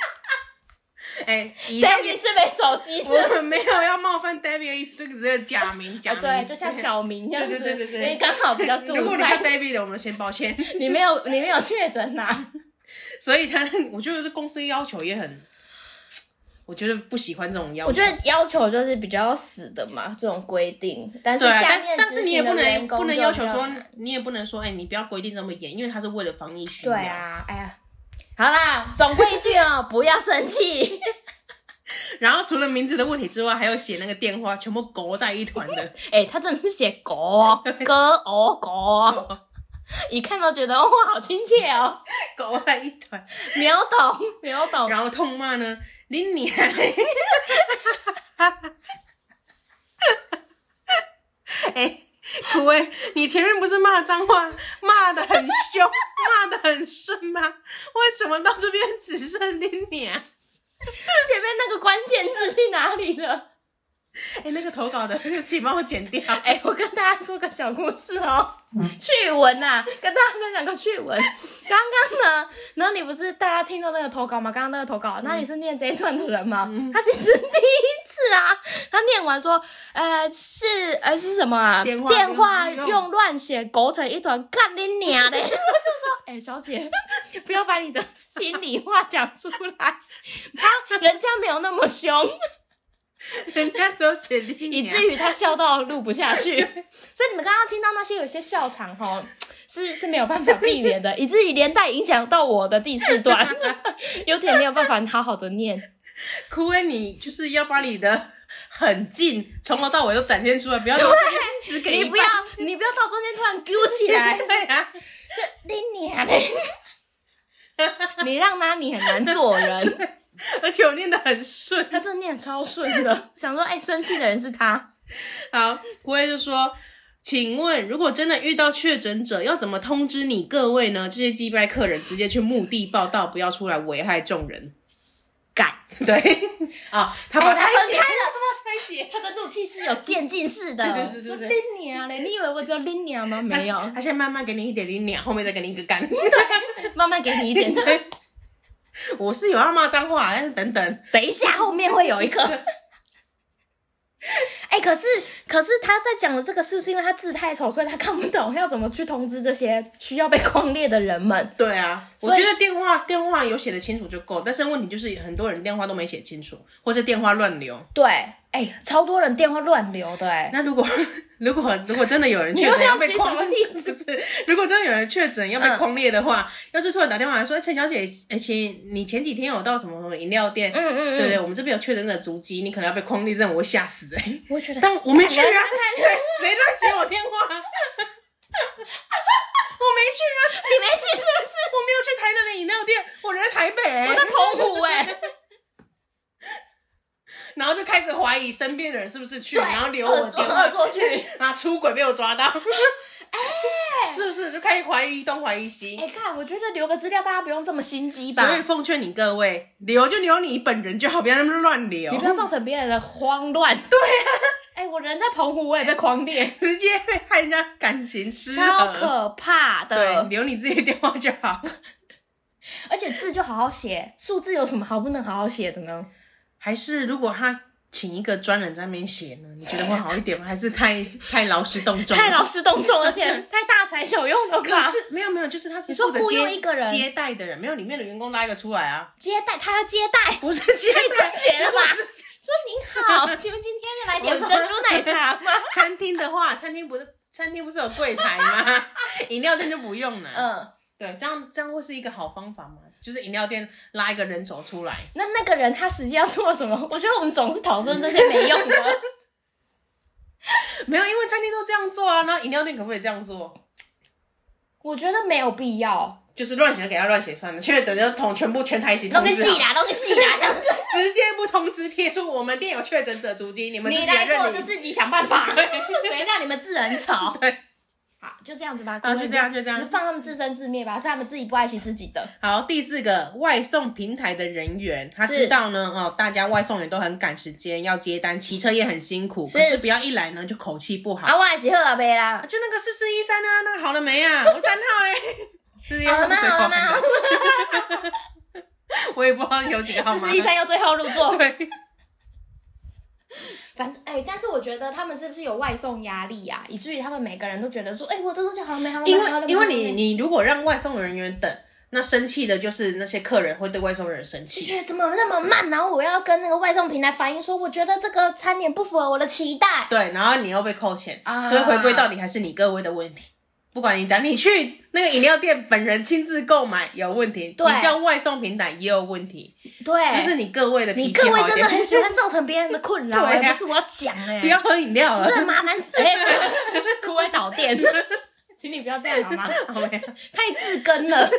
Speaker 1: 哎、以上
Speaker 2: ，David 是没手机是不
Speaker 1: 我
Speaker 2: 是？
Speaker 1: 们没有要冒犯 David 的意思，这个只是假名假
Speaker 2: 啊，
Speaker 1: 名。
Speaker 2: 对，就像小明这样
Speaker 1: 对
Speaker 2: 子，
Speaker 1: 对对对对
Speaker 2: 因为刚好比较 住
Speaker 1: 如果你叫
Speaker 2: 在，
Speaker 1: David 的，我们先抱歉。
Speaker 2: 你没有你没有确诊啊呐、
Speaker 1: 所以他，我觉得公司要求也很，我觉得不喜欢这种要求。
Speaker 2: 我觉得要求就是比较死的嘛，这种规定。但是
Speaker 1: 对啊，
Speaker 2: 下
Speaker 1: 但是
Speaker 2: 面
Speaker 1: 但是你也
Speaker 2: 执
Speaker 1: 不
Speaker 2: 行的
Speaker 1: 能
Speaker 2: 员工
Speaker 1: 不能
Speaker 2: 就
Speaker 1: 要求
Speaker 2: 比较
Speaker 1: 说
Speaker 2: 难，
Speaker 1: 你也不能说，哎、你不要规定这么严，因为他是为了防疫需要。
Speaker 2: 对，啊，哎呀，好啦，总归一句 哦，不要生气。
Speaker 1: 然后除了名字的问题之外，还有写那个电话，全部勾在一团 的。
Speaker 2: 哎、他真的是写狗哦， 哥哦狗哦，一看都觉得哇、好亲切哦，
Speaker 1: 狗在一团，
Speaker 2: 秒懂 秒懂。
Speaker 1: 然后痛骂呢，你你 哎，苦威，你前面不是骂脏话，骂的很凶，骂的很顺吗？为什么到这边只剩你你啊？
Speaker 2: 前面那个关键字去哪里了？
Speaker 1: 哎、那个投稿的，请帮我剪掉。
Speaker 2: 哎、我跟大家说个小故事哦，
Speaker 1: 嗯
Speaker 2: 趣闻呐、跟大家分享个趣闻。刚刚呢，然后你不是大家听到那个投稿吗？刚刚那个投
Speaker 1: 嗯
Speaker 2: 稿，那你是念这一段的人吗？他其实第一次啊，他念完说，呃，是呃是什么啊？
Speaker 1: 电话用
Speaker 2: 用乱写狗成一团，干你 娘嘞！我就说，哎、小姐，不要把你的心里话讲出 来，他人家没有那么凶。
Speaker 1: 人家只有写你
Speaker 2: 以
Speaker 1: 你啊
Speaker 2: 至于他笑到录不下 去。所以你们刚刚听到那些有些笑场哈，是是没有办法避免 的，以至于连带影响到我的第四 段，有点没有办法好好的念。
Speaker 1: 枯萎，你就是要把你的狠劲从头到尾都展现出来，不要到这边只给一
Speaker 2: 你
Speaker 1: 半
Speaker 2: 不要，你不要到中间突然揪起来，
Speaker 1: 对啊，
Speaker 2: 你娘 嘞！你让他你很难做人，
Speaker 1: 而且我念得很顺。
Speaker 2: 他真的念超顺的，想说哎、生气的人是他，
Speaker 1: 好，郭威就说：“请问，如果真的遇到确诊者，要怎么通知你各位呢？这些击败客人直接去墓地报道，不要出来危害众人。
Speaker 2: 改”
Speaker 1: 对， 啊、他
Speaker 2: 哎
Speaker 1: 把拆
Speaker 2: 他分
Speaker 1: 解，
Speaker 2: 开
Speaker 1: 他把拆解。
Speaker 2: 他的怒气是有渐进式的，
Speaker 1: 对对对对对
Speaker 2: 说拎你啊嘞！你以为我只有拎你啊吗？ 没有
Speaker 1: 他，他现在慢慢给你一点零两，后面再给你一个干。
Speaker 2: 慢慢给你一 点。
Speaker 1: 对 我是有要骂脏话，但是等等，
Speaker 2: 等一下，后面会有一个。 哎、可是可是他在讲的这个是不是因为他字太丑，所以他看不懂要怎么去通知这些需要被框列的人们？
Speaker 1: 对啊，我
Speaker 2: 所以
Speaker 1: 觉得电话电话有写的清楚就够，但是问题就是很多人电话都没写清楚，或是电话乱留。
Speaker 2: 对，哎、超多人电话乱留的、哎，
Speaker 1: 那如果 如果如果真的有人
Speaker 2: 你
Speaker 1: 确
Speaker 2: 又
Speaker 1: 诊
Speaker 2: 要
Speaker 1: 要
Speaker 2: 举
Speaker 1: 被
Speaker 2: 什么
Speaker 1: 框，
Speaker 2: 例
Speaker 1: 不
Speaker 2: 子？
Speaker 1: 是，如果真的有人确诊要被
Speaker 2: 嗯
Speaker 1: 框列的话，要是突然打电话来说，哎陈、小姐，哎、请你前几天有到什么什么饮料店？
Speaker 2: 嗯嗯嗯，
Speaker 1: 对对，我们这边有确诊者足迹，你可能要被框列，这样我会吓死哎、
Speaker 2: 嗯我觉得
Speaker 1: 但我没去啊，
Speaker 2: 看看
Speaker 1: 谁谁乱写我电话？ 我没去啊，
Speaker 2: 你没去是不是？
Speaker 1: 我没有去台南的饮料店，我人在台北、
Speaker 2: 我在澎湖哎、
Speaker 1: 然后就开始怀疑身边的人是不是去，
Speaker 2: 对，
Speaker 1: 然后留我
Speaker 2: 恶
Speaker 1: 电
Speaker 2: 作
Speaker 1: 话
Speaker 2: 恶，作剧。
Speaker 1: 然后出轨被我 抓到，是不是就开始怀疑东怀疑西？
Speaker 2: 哎、看，我觉得留个资料，大家不用这么心机吧。哦
Speaker 1: 所以奉劝你各位，留就留你本人就好，不要那么乱留
Speaker 2: 你，不要造成别人的慌乱。对啊， 哎、我人在澎湖，我也被狂猎，
Speaker 1: 直接会害人家感情失
Speaker 2: 超
Speaker 1: 衡。
Speaker 2: 可怕
Speaker 1: 对，
Speaker 2: 的。
Speaker 1: 留你自己的电话就好。
Speaker 2: 而且字就好好写，数字有什么好不能好好写的呢？
Speaker 1: 还是如果他请一个专人在那边写呢，你觉得会好一点吗？还是太太劳师动众？
Speaker 2: 太劳。师动 众，而且太大材小用了
Speaker 1: 可
Speaker 2: 吧？
Speaker 1: 是没有没有，就是他是
Speaker 2: 啊你说
Speaker 1: 负责
Speaker 2: 雇佣
Speaker 1: 接
Speaker 2: 一个人
Speaker 1: 接待的人，没有里面的员工拉一个出来啊，
Speaker 2: 接待，他要接待，
Speaker 1: 不是接待
Speaker 2: 太准确了吧
Speaker 1: 如果是
Speaker 2: 说您 好，请问今天要来点珍珠奶茶吗？
Speaker 1: 餐厅的话，餐厅不是餐厅不是有柜台 吗？饮料店就不用了。
Speaker 2: 嗯，
Speaker 1: 对，这样这样会是一个好方法吗？就是饮料店拉一个人手出来，
Speaker 2: 那那个人他实际要做什 么？我觉得我们总是讨论这些没用的。
Speaker 1: 没有，因为餐厅都这样做啊。那饮料店可不可以这样做？
Speaker 2: 我觉得没有必要，就
Speaker 1: 就
Speaker 2: 是
Speaker 1: 是乱写给他乱写算了，确诊就统全部全台一起
Speaker 2: 弄
Speaker 1: 通
Speaker 2: 个
Speaker 1: 知
Speaker 2: 戏
Speaker 1: 好，
Speaker 2: 啦，弄个戏啦，这样子。
Speaker 1: 直接不通知贴出我们店有确诊者足迹，你们自
Speaker 2: 你
Speaker 1: 己
Speaker 2: 来过
Speaker 1: 认
Speaker 2: 就
Speaker 1: 领。
Speaker 2: 自己想办法， 谁让你们自人丑？
Speaker 1: 对，
Speaker 2: 好，就这样子吧，
Speaker 1: 啊，就这样，就这
Speaker 2: 各位，就
Speaker 1: 样。
Speaker 2: 放他们自生自灭吧，是他们自己不爱惜自己的。
Speaker 1: 好，第四个外送平台的人员，他
Speaker 2: 是
Speaker 1: 知道呢，哦，大家外送员都很赶时间，要接单，骑车也很辛苦，
Speaker 2: 是
Speaker 1: 可是不要一来呢就口气不好。
Speaker 2: 啊，我也是喝阿杯啦
Speaker 1: 啊，，就那个四四一三啊，那个好了没啊？我单号嘞，是
Speaker 2: 好
Speaker 1: 要
Speaker 2: 了吗？
Speaker 1: 上水
Speaker 2: 好
Speaker 1: 管
Speaker 2: 了吗？好
Speaker 1: 的
Speaker 2: 了，吗？
Speaker 1: 我也不知道有几个号
Speaker 2: 四
Speaker 1: 码。
Speaker 2: 十一三要对号入座。
Speaker 1: 对，
Speaker 2: 反正哎、但是我觉得他们是不是有外送压力呀、以至于他们每个人都觉得说，哎、我的东西好了没？好了没？
Speaker 1: 因
Speaker 2: 好了
Speaker 1: 为
Speaker 2: 没
Speaker 1: 因为
Speaker 2: 好了
Speaker 1: 你
Speaker 2: 没
Speaker 1: 你如果让外送人员等，那生气的就是那些客人会对外送人员生
Speaker 2: 就
Speaker 1: 气。
Speaker 2: 觉得怎么那么慢？然后我要跟那个外送平台反映说，我觉得这个餐点不符合我的期待。
Speaker 1: 对，然后你又被扣钱，
Speaker 2: 啊
Speaker 1: 所以回归到底还是你各位的问题。不管你讲，你去那个饮料店本人亲自购买有问题，
Speaker 2: 对
Speaker 1: 你叫外送平台也有问题，
Speaker 2: 对，
Speaker 1: 就是你各位的
Speaker 2: 你
Speaker 1: 脾气
Speaker 2: 各位
Speaker 1: 好一
Speaker 2: 真的
Speaker 1: 点。
Speaker 2: 很喜欢造成别人的困扰、
Speaker 1: 对啊啊
Speaker 2: 哎不是我要讲哎、
Speaker 1: 不要喝饮料了
Speaker 2: 真，的麻烦死了，哎枯萎导电， 请你不要这样好吗？
Speaker 1: 好没有
Speaker 2: 太自根了，他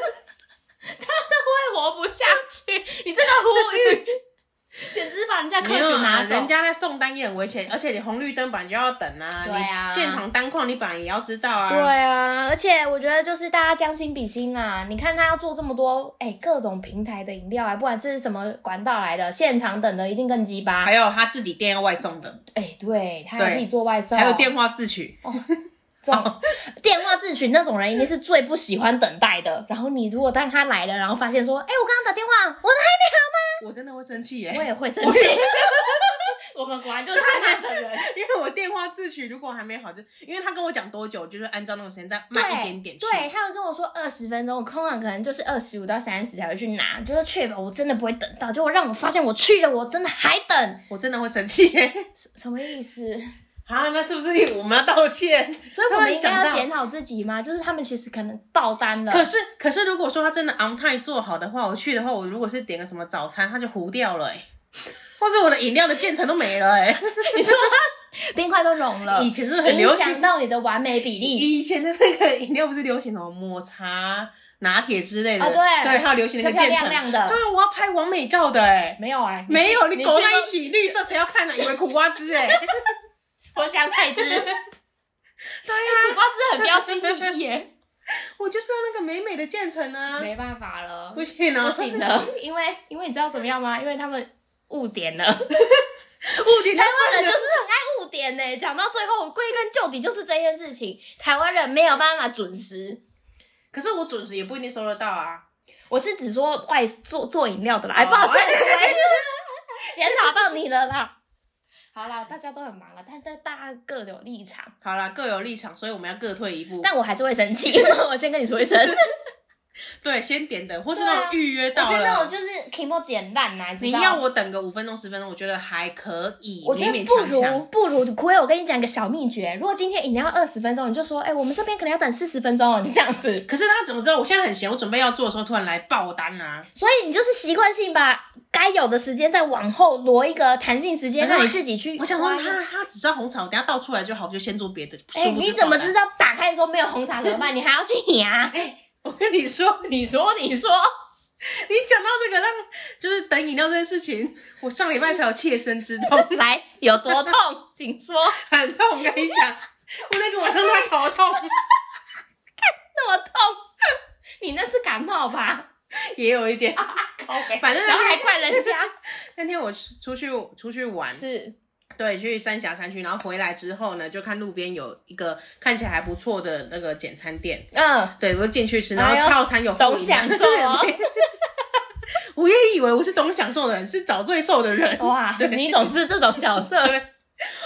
Speaker 2: 都会活不下去。你这个呼吁， 简直把人家客
Speaker 1: 没有
Speaker 2: 群
Speaker 1: 啊，
Speaker 2: 拿走。
Speaker 1: 人家在送单也很危险，而且你红绿灯本来就要等啊，
Speaker 2: 对啊
Speaker 1: 你现场单况你本来也要知道啊。
Speaker 2: 对啊，而且我觉得就是大家将心比心啦。你看他要做这么多，哎、各种平台的饮料啊，不管是什么管道来的，现场等的一定更鸡巴。
Speaker 1: 还
Speaker 2: 哎、
Speaker 1: 有他自己店要外送的，
Speaker 2: 对，啊他还
Speaker 1: 对
Speaker 2: 自己做外送，
Speaker 1: 还有电话自取，
Speaker 2: 这种电话自取那种人，一定是最不喜欢等待的。然后你如果当他来了，然后发现说，哎、我刚刚打电话，我的
Speaker 1: 我真的会生气耶、
Speaker 2: 还没，我也会生气。 我们果然就是太慢的人，
Speaker 1: 因为我电话自取如果还没好，就因为他跟我讲多久，就是按照那种时间再慢一点点去
Speaker 2: 对。。对，他会跟我说二十分钟，我通常可能就是二十五到三十才会去拿，就是确保我真的不会等到。结果让我发现我去了，我真的还等，
Speaker 1: 我真的会生气耶、
Speaker 2: 什什么意思？
Speaker 1: 啊，那是不是我们要道歉？
Speaker 2: 所以我们应该
Speaker 1: 突然想
Speaker 2: 要
Speaker 1: 到
Speaker 2: 检讨自己吗？就是他们其实可能爆单了，
Speaker 1: 可是可是如果说他真的 on time 做好的话，我去的话，我如果是点个什么早餐，他就糊掉了、欸，或者我的饮料的渐层都没了、欸，哎，
Speaker 2: 你说他冰块都融了，
Speaker 1: 以前是很流
Speaker 2: 呃影响
Speaker 1: 行，
Speaker 2: 到你的完美比例。
Speaker 1: 以前的那个饮料不是流行什么抹茶、拿铁之类的，
Speaker 2: 哦对
Speaker 1: 对，还有流行那
Speaker 2: 漂
Speaker 1: 个
Speaker 2: 漂
Speaker 1: 渐
Speaker 2: 亮
Speaker 1: 层。
Speaker 2: 亮的
Speaker 1: 对，啊，我要拍完美照的哎、
Speaker 2: 没有哎，
Speaker 1: 没有，你
Speaker 2: 你
Speaker 1: 狗
Speaker 2: 去
Speaker 1: 在
Speaker 2: 过
Speaker 1: 一起，绿色谁要看呢、以为苦瓜汁 哎、
Speaker 2: 我想太 汁，
Speaker 1: 对
Speaker 2: 苦
Speaker 1: 啊，
Speaker 2: 瓜汁很标新立异耶，
Speaker 1: 我就是要那个美美的渐层啊，
Speaker 2: 没办法了，
Speaker 1: 不行啊，
Speaker 2: 不行的，因为因为你知道怎么样吗？因为他们误点了，
Speaker 1: 误点
Speaker 2: 台
Speaker 1: 他
Speaker 2: 湾
Speaker 1: 算
Speaker 2: 人
Speaker 1: 了
Speaker 2: 就。是很爱误点呢。讲到最后，归根究底就是这件事情，台湾人没有办法准时。
Speaker 1: 可是我准时也不一定收得到啊。
Speaker 2: 我是只说外做做饮料的啦，哎，
Speaker 1: 哦
Speaker 2: 不好意思， 检讨到你了啦。好啦，大家都很忙了，但但大家各有立场，
Speaker 1: 好啦，各有立场，所以我们要各退一步。
Speaker 2: 但我还是会生气， 我先跟你说一声。
Speaker 1: 对，先点等，或是
Speaker 2: 对啊
Speaker 1: 那种预约
Speaker 2: 我
Speaker 1: 到
Speaker 2: 觉得那
Speaker 1: 了，
Speaker 2: 种就是 k i m o 简烂呐、啊，知
Speaker 1: 你
Speaker 2: 道
Speaker 1: 要我等个五分钟十分钟，我觉得还可以，
Speaker 2: 我觉
Speaker 1: 勉
Speaker 2: 得
Speaker 1: 勉
Speaker 2: 不
Speaker 1: 强
Speaker 2: 如
Speaker 1: 强。
Speaker 2: 不如亏，我跟你讲个小秘诀，如果今天饮料二十分钟，你就说，哎、我们这边可能要等四十分钟哦，你这样子，
Speaker 1: 可是他怎么知道我现在很闲？我准备要做的时候，突然来爆单啊！
Speaker 2: 所以你就是习惯性把该有的时间再往后挪一个弹性时间，
Speaker 1: 可是
Speaker 2: 让你自己去。
Speaker 1: 我想说他，他只知道红茶，我等一下倒出来就好，我就先做别的。
Speaker 2: 哎、
Speaker 1: 殊不
Speaker 2: 你
Speaker 1: 知
Speaker 2: 怎么
Speaker 1: 爆单
Speaker 2: 知？道打开的时候没有红茶怎么办？你还要去 拿？
Speaker 1: 我跟你说，
Speaker 2: 你说，你说，
Speaker 1: 你讲到这个让就是等饮料这件事情，我上礼拜才有切身之痛，
Speaker 2: 来有多痛，请说。
Speaker 1: 很痛。我跟你讲，我那个晚上在头痛，
Speaker 2: 那么痛，你那是感冒吧？
Speaker 1: 也有一点。
Speaker 2: 靠北
Speaker 1: 反正
Speaker 2: 哎然后还怪人 家，
Speaker 1: 那天我出去出去玩，
Speaker 2: 是
Speaker 1: 对，去三峡山区，然后回来之后呢，就看路边有一个看起来还不错的那个简餐店，
Speaker 2: 嗯，
Speaker 1: 对，我就进去吃，然
Speaker 2: 哎呦
Speaker 1: 后套餐有
Speaker 2: 懂享受 哦。
Speaker 1: 我也以为我是懂享受的人，是找罪受的人。
Speaker 2: 哇，你总是这种角色，
Speaker 1: 对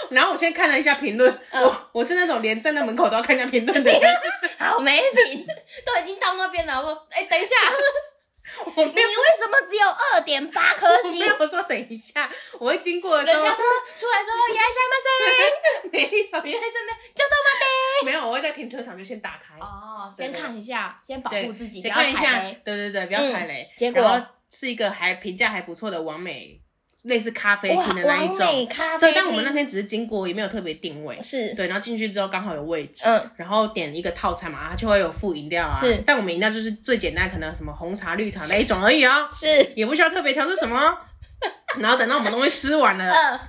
Speaker 1: 然后我现在看了一下评论，
Speaker 2: 嗯
Speaker 1: 我我是那种连站在门口都要看一下评论的人，
Speaker 2: 好没品，都已经到那边了。我哎、等一下，
Speaker 1: 我
Speaker 2: 你
Speaker 1: 没有
Speaker 2: 为什么只有二点八颗
Speaker 1: 我
Speaker 2: 星？
Speaker 1: 没
Speaker 2: 人
Speaker 1: 有说等一下，我会经过的时候
Speaker 2: 家都出来说“いらっ しゃ
Speaker 1: 没有
Speaker 2: いませ”，你在这边就到吗？
Speaker 1: 没有，我会在停车场就先打开，
Speaker 2: 哦，
Speaker 1: 对
Speaker 2: 先看一下，先保护自己，不
Speaker 1: 先
Speaker 2: 要
Speaker 1: 看一下
Speaker 2: 踩，雷。嗯
Speaker 1: 对对对，不要踩雷。
Speaker 2: 结果
Speaker 1: 然后是一个还评价还不错的完美，类似咖啡
Speaker 2: 哇，
Speaker 1: 厅的那一
Speaker 2: 完美
Speaker 1: 种。
Speaker 2: 咖啡
Speaker 1: 对，
Speaker 2: 厅
Speaker 1: 但我们那天只是经过，也没有特别定位。
Speaker 2: 是
Speaker 1: 对，然后进去之后刚好有位置，
Speaker 2: 嗯，
Speaker 1: 然后点一个套餐嘛，它就会有附饮料啊。
Speaker 2: 是
Speaker 1: 但我们饮料就是最简单，可能什么红茶、绿茶那一种而已啊，
Speaker 2: 是，
Speaker 1: 也不需要特别调是什么 哦。然后等到我们东西吃完了，
Speaker 2: 嗯，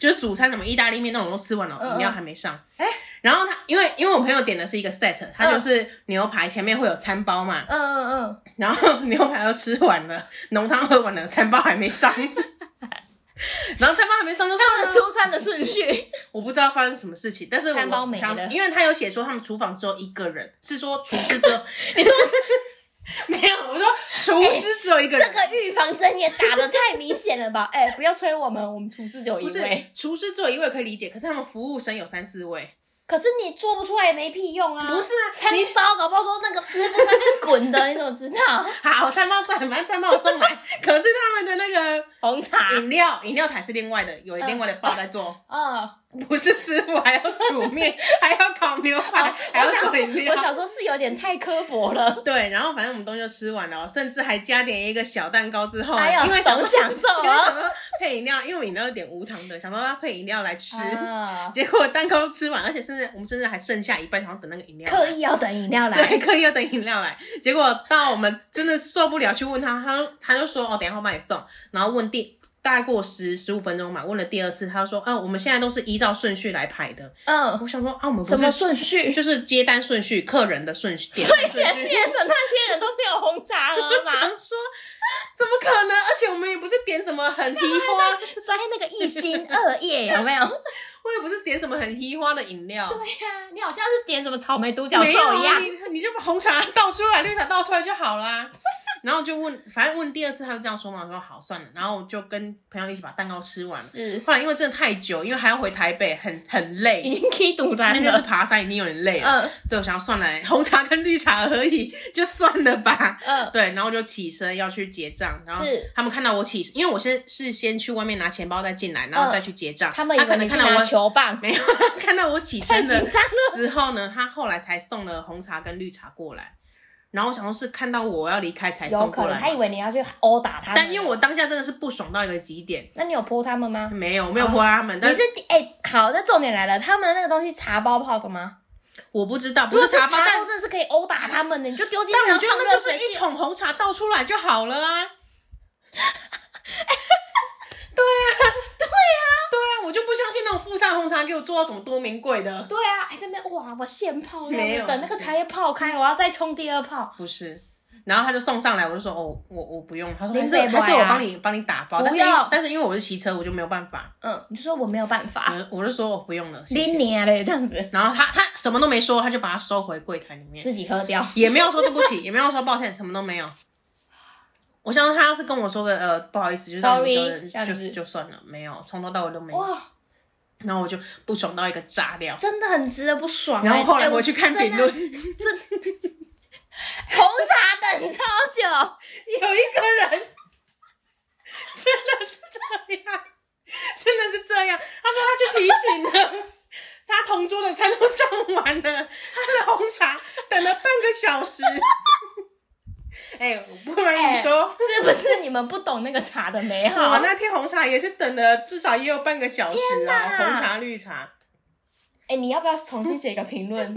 Speaker 1: 就是主餐什么意大利面那种都吃完了，
Speaker 2: 嗯
Speaker 1: 饮料还没上。哎、然后他因为因为我朋友点的是一个 set，他就是牛排前面会有餐包嘛，
Speaker 2: 嗯嗯
Speaker 1: 然后牛排都吃完了，浓汤喝完了，餐包还没上。 然后餐包还没上就
Speaker 2: 嗯，他
Speaker 1: 上
Speaker 2: 们
Speaker 1: 了，
Speaker 2: 出餐的顺序，
Speaker 1: 我不知道发生什么事情，但是我
Speaker 2: 餐包没
Speaker 1: 想
Speaker 2: 了
Speaker 1: 因为他有写说他们厨房只有一个人，是说厨师只有，
Speaker 2: 你说哎
Speaker 1: 没有，我说厨师只有一个人，
Speaker 2: 这个预防针也打的太明显了吧？ 哎，不要催我们，我们厨师只有
Speaker 1: 不
Speaker 2: 一
Speaker 1: 是
Speaker 2: 位，
Speaker 1: 厨师只有一位可以理解，可是他们服务生有三四位，
Speaker 2: 可是你做不出来也没屁用啊。
Speaker 1: 不是啊，
Speaker 2: 餐包搞不好说那个师傅他是 滚的，你怎么知道？
Speaker 1: 好，餐包算，反正餐包我送来。 可是他们的那个
Speaker 2: 红茶，
Speaker 1: 饮料，饮料台是另外的，有另外的包在做，
Speaker 2: 嗯，
Speaker 1: 不是师傅还要煮面，还要烤牛排，还要做饮
Speaker 2: 哦我
Speaker 1: 料。
Speaker 2: 想说是有点太刻薄了，
Speaker 1: 对，然后反正我们东西就吃完了，哦甚至还加点一个小蛋糕之后，啊
Speaker 2: 还有
Speaker 1: 因为想
Speaker 2: 总
Speaker 1: 说
Speaker 2: 享受
Speaker 1: 因为想
Speaker 2: 啊。
Speaker 1: 说配饮料，因为我饮料是点无糖的，想说要配饮料来吃。
Speaker 2: 啊
Speaker 1: 结果蛋糕吃完，而且甚至我们甚至还剩下一半，想要等那个饮料来。
Speaker 2: 刻意要等饮料来，
Speaker 1: 对，刻意要等饮料来，结果到我们真的受不了，去问他，他他就说哦，等一下我帮你送，然后问第大概过十十五分钟嘛，问了第二次，他就说啊，我们现在都是依照顺序来排的。
Speaker 2: 嗯，
Speaker 1: 我想说啊，我们不
Speaker 2: 什么
Speaker 1: 是
Speaker 2: 顺序？
Speaker 1: 就是接单顺序、客人的顺序、点单
Speaker 2: 最
Speaker 1: 顺
Speaker 2: 前
Speaker 1: 序。
Speaker 2: 面的那些人都没有红茶喝
Speaker 1: 我 想
Speaker 2: 嘛，
Speaker 1: 说，怎么可能？而且我们也不是点什么很稀花，
Speaker 2: 摘那个一心二叶有没有？
Speaker 1: 我也不是点什么很稀花的饮料，
Speaker 2: 对呀，你好像是点什么草莓独角
Speaker 1: 没有
Speaker 2: 兽一
Speaker 1: 啊
Speaker 2: 样，
Speaker 1: 你你就把红茶倒出来，绿茶倒出来就好啦。 然后就问，反正问第二次他就这样说嘛，我说好算了，然后我就跟朋友一起把蛋糕吃完了。
Speaker 2: 是
Speaker 1: 后来因为真的太久，因为还要回台北，很很累，
Speaker 2: 已经可以堵
Speaker 1: 那
Speaker 2: 单
Speaker 1: 天是
Speaker 2: 了。
Speaker 1: 爬山，已经有点累了。
Speaker 2: 嗯
Speaker 1: 对，我想要算了，红茶跟绿茶而已，就算了吧。
Speaker 2: 嗯，
Speaker 1: 对，然后我就起身要去结账，然后
Speaker 2: 是
Speaker 1: 他们看到我起，因为我是是先去外面拿钱包再进来，然后再去结账。
Speaker 2: 嗯他们以
Speaker 1: 他
Speaker 2: 为
Speaker 1: 可
Speaker 2: 你
Speaker 1: 能
Speaker 2: 是
Speaker 1: 看到
Speaker 2: 拿
Speaker 1: 我
Speaker 2: 球棒，
Speaker 1: 没有 看到我起
Speaker 2: 太
Speaker 1: 身
Speaker 2: 紧
Speaker 1: 的
Speaker 2: 张了。
Speaker 1: 之后呢，他后来才送了红茶跟绿茶过来。然后我想说是看到我要离开才
Speaker 2: 有
Speaker 1: 送
Speaker 2: 可
Speaker 1: 过
Speaker 2: 能
Speaker 1: 来
Speaker 2: 他以
Speaker 1: 嘛，
Speaker 2: 为你要去殴打他们，
Speaker 1: 但因为我当下真的是不爽到一个极点，
Speaker 2: 那你有泼他们吗？
Speaker 1: 没有没有泼他们，
Speaker 2: 哦你
Speaker 1: 但
Speaker 2: 是第哎、好，那重点来了，他们的那个东西茶包泡的吗？
Speaker 1: 我不知道，
Speaker 2: 如
Speaker 1: 不
Speaker 2: 果
Speaker 1: 茶包，
Speaker 2: 包，
Speaker 1: 但
Speaker 2: 真的是可以殴打他们的，你就丢进去，
Speaker 1: 但我觉得
Speaker 2: 然后
Speaker 1: 那
Speaker 2: 啊放
Speaker 1: 就
Speaker 2: 热水
Speaker 1: 是一
Speaker 2: 器
Speaker 1: 桶红茶倒出来就好了 啊。对啊，对啊，对啊，我就不相信那种富山红茶给我做到什么多名贵的，
Speaker 2: 对啊，还在那边哇，我现泡，
Speaker 1: 没有
Speaker 2: 等那个茶叶泡开，我要再冲第二泡。
Speaker 1: 不是。然后他就送上来，我就说哦，我我不用。他说
Speaker 2: 林
Speaker 1: 还是
Speaker 2: 北
Speaker 1: 还
Speaker 2: 伯
Speaker 1: 是我
Speaker 2: 呀
Speaker 1: 帮你帮你打包，
Speaker 2: 啊
Speaker 1: 但
Speaker 2: 不
Speaker 1: 是因为
Speaker 2: 要
Speaker 1: 但是因为我是骑车，我就没有办法。
Speaker 2: 嗯，你就说我没有办法，
Speaker 1: 我我就说我不用了，谢谢
Speaker 2: 拎你啊嘞，这样子
Speaker 1: 然后他他什么都没说，他就把它收回柜台里面，
Speaker 2: 自己喝 掉。
Speaker 1: 也没有说对不起，也 没有说抱歉，什么都没有。我相信他要是跟我说个呃不好意思，就是让你
Speaker 2: Sorry，
Speaker 1: 丢人
Speaker 2: 这样
Speaker 1: 就
Speaker 2: 子
Speaker 1: 就算了，没有从头到尾都没有。
Speaker 2: 哇，
Speaker 1: 然后我就不爽到一个炸掉。
Speaker 2: 真的很值得不爽欸。
Speaker 1: 然后后来
Speaker 2: 哎
Speaker 1: 我去看评，
Speaker 2: 真
Speaker 1: 论，
Speaker 2: 的 真红茶等超
Speaker 1: 有
Speaker 2: 久，
Speaker 1: 一个人真的是这样，真的是这样。他说他去提醒了， 他同桌的餐都上完了，他的红茶等了半个小 时。哎、我不瞒你说，
Speaker 2: 是不是你们不懂那个茶的美好？啊
Speaker 1: 我那天红茶也是等了至少也有半个小时啊，
Speaker 2: 哦天哪
Speaker 1: 红茶绿茶
Speaker 2: 哎、你要不要重新写一个评 论？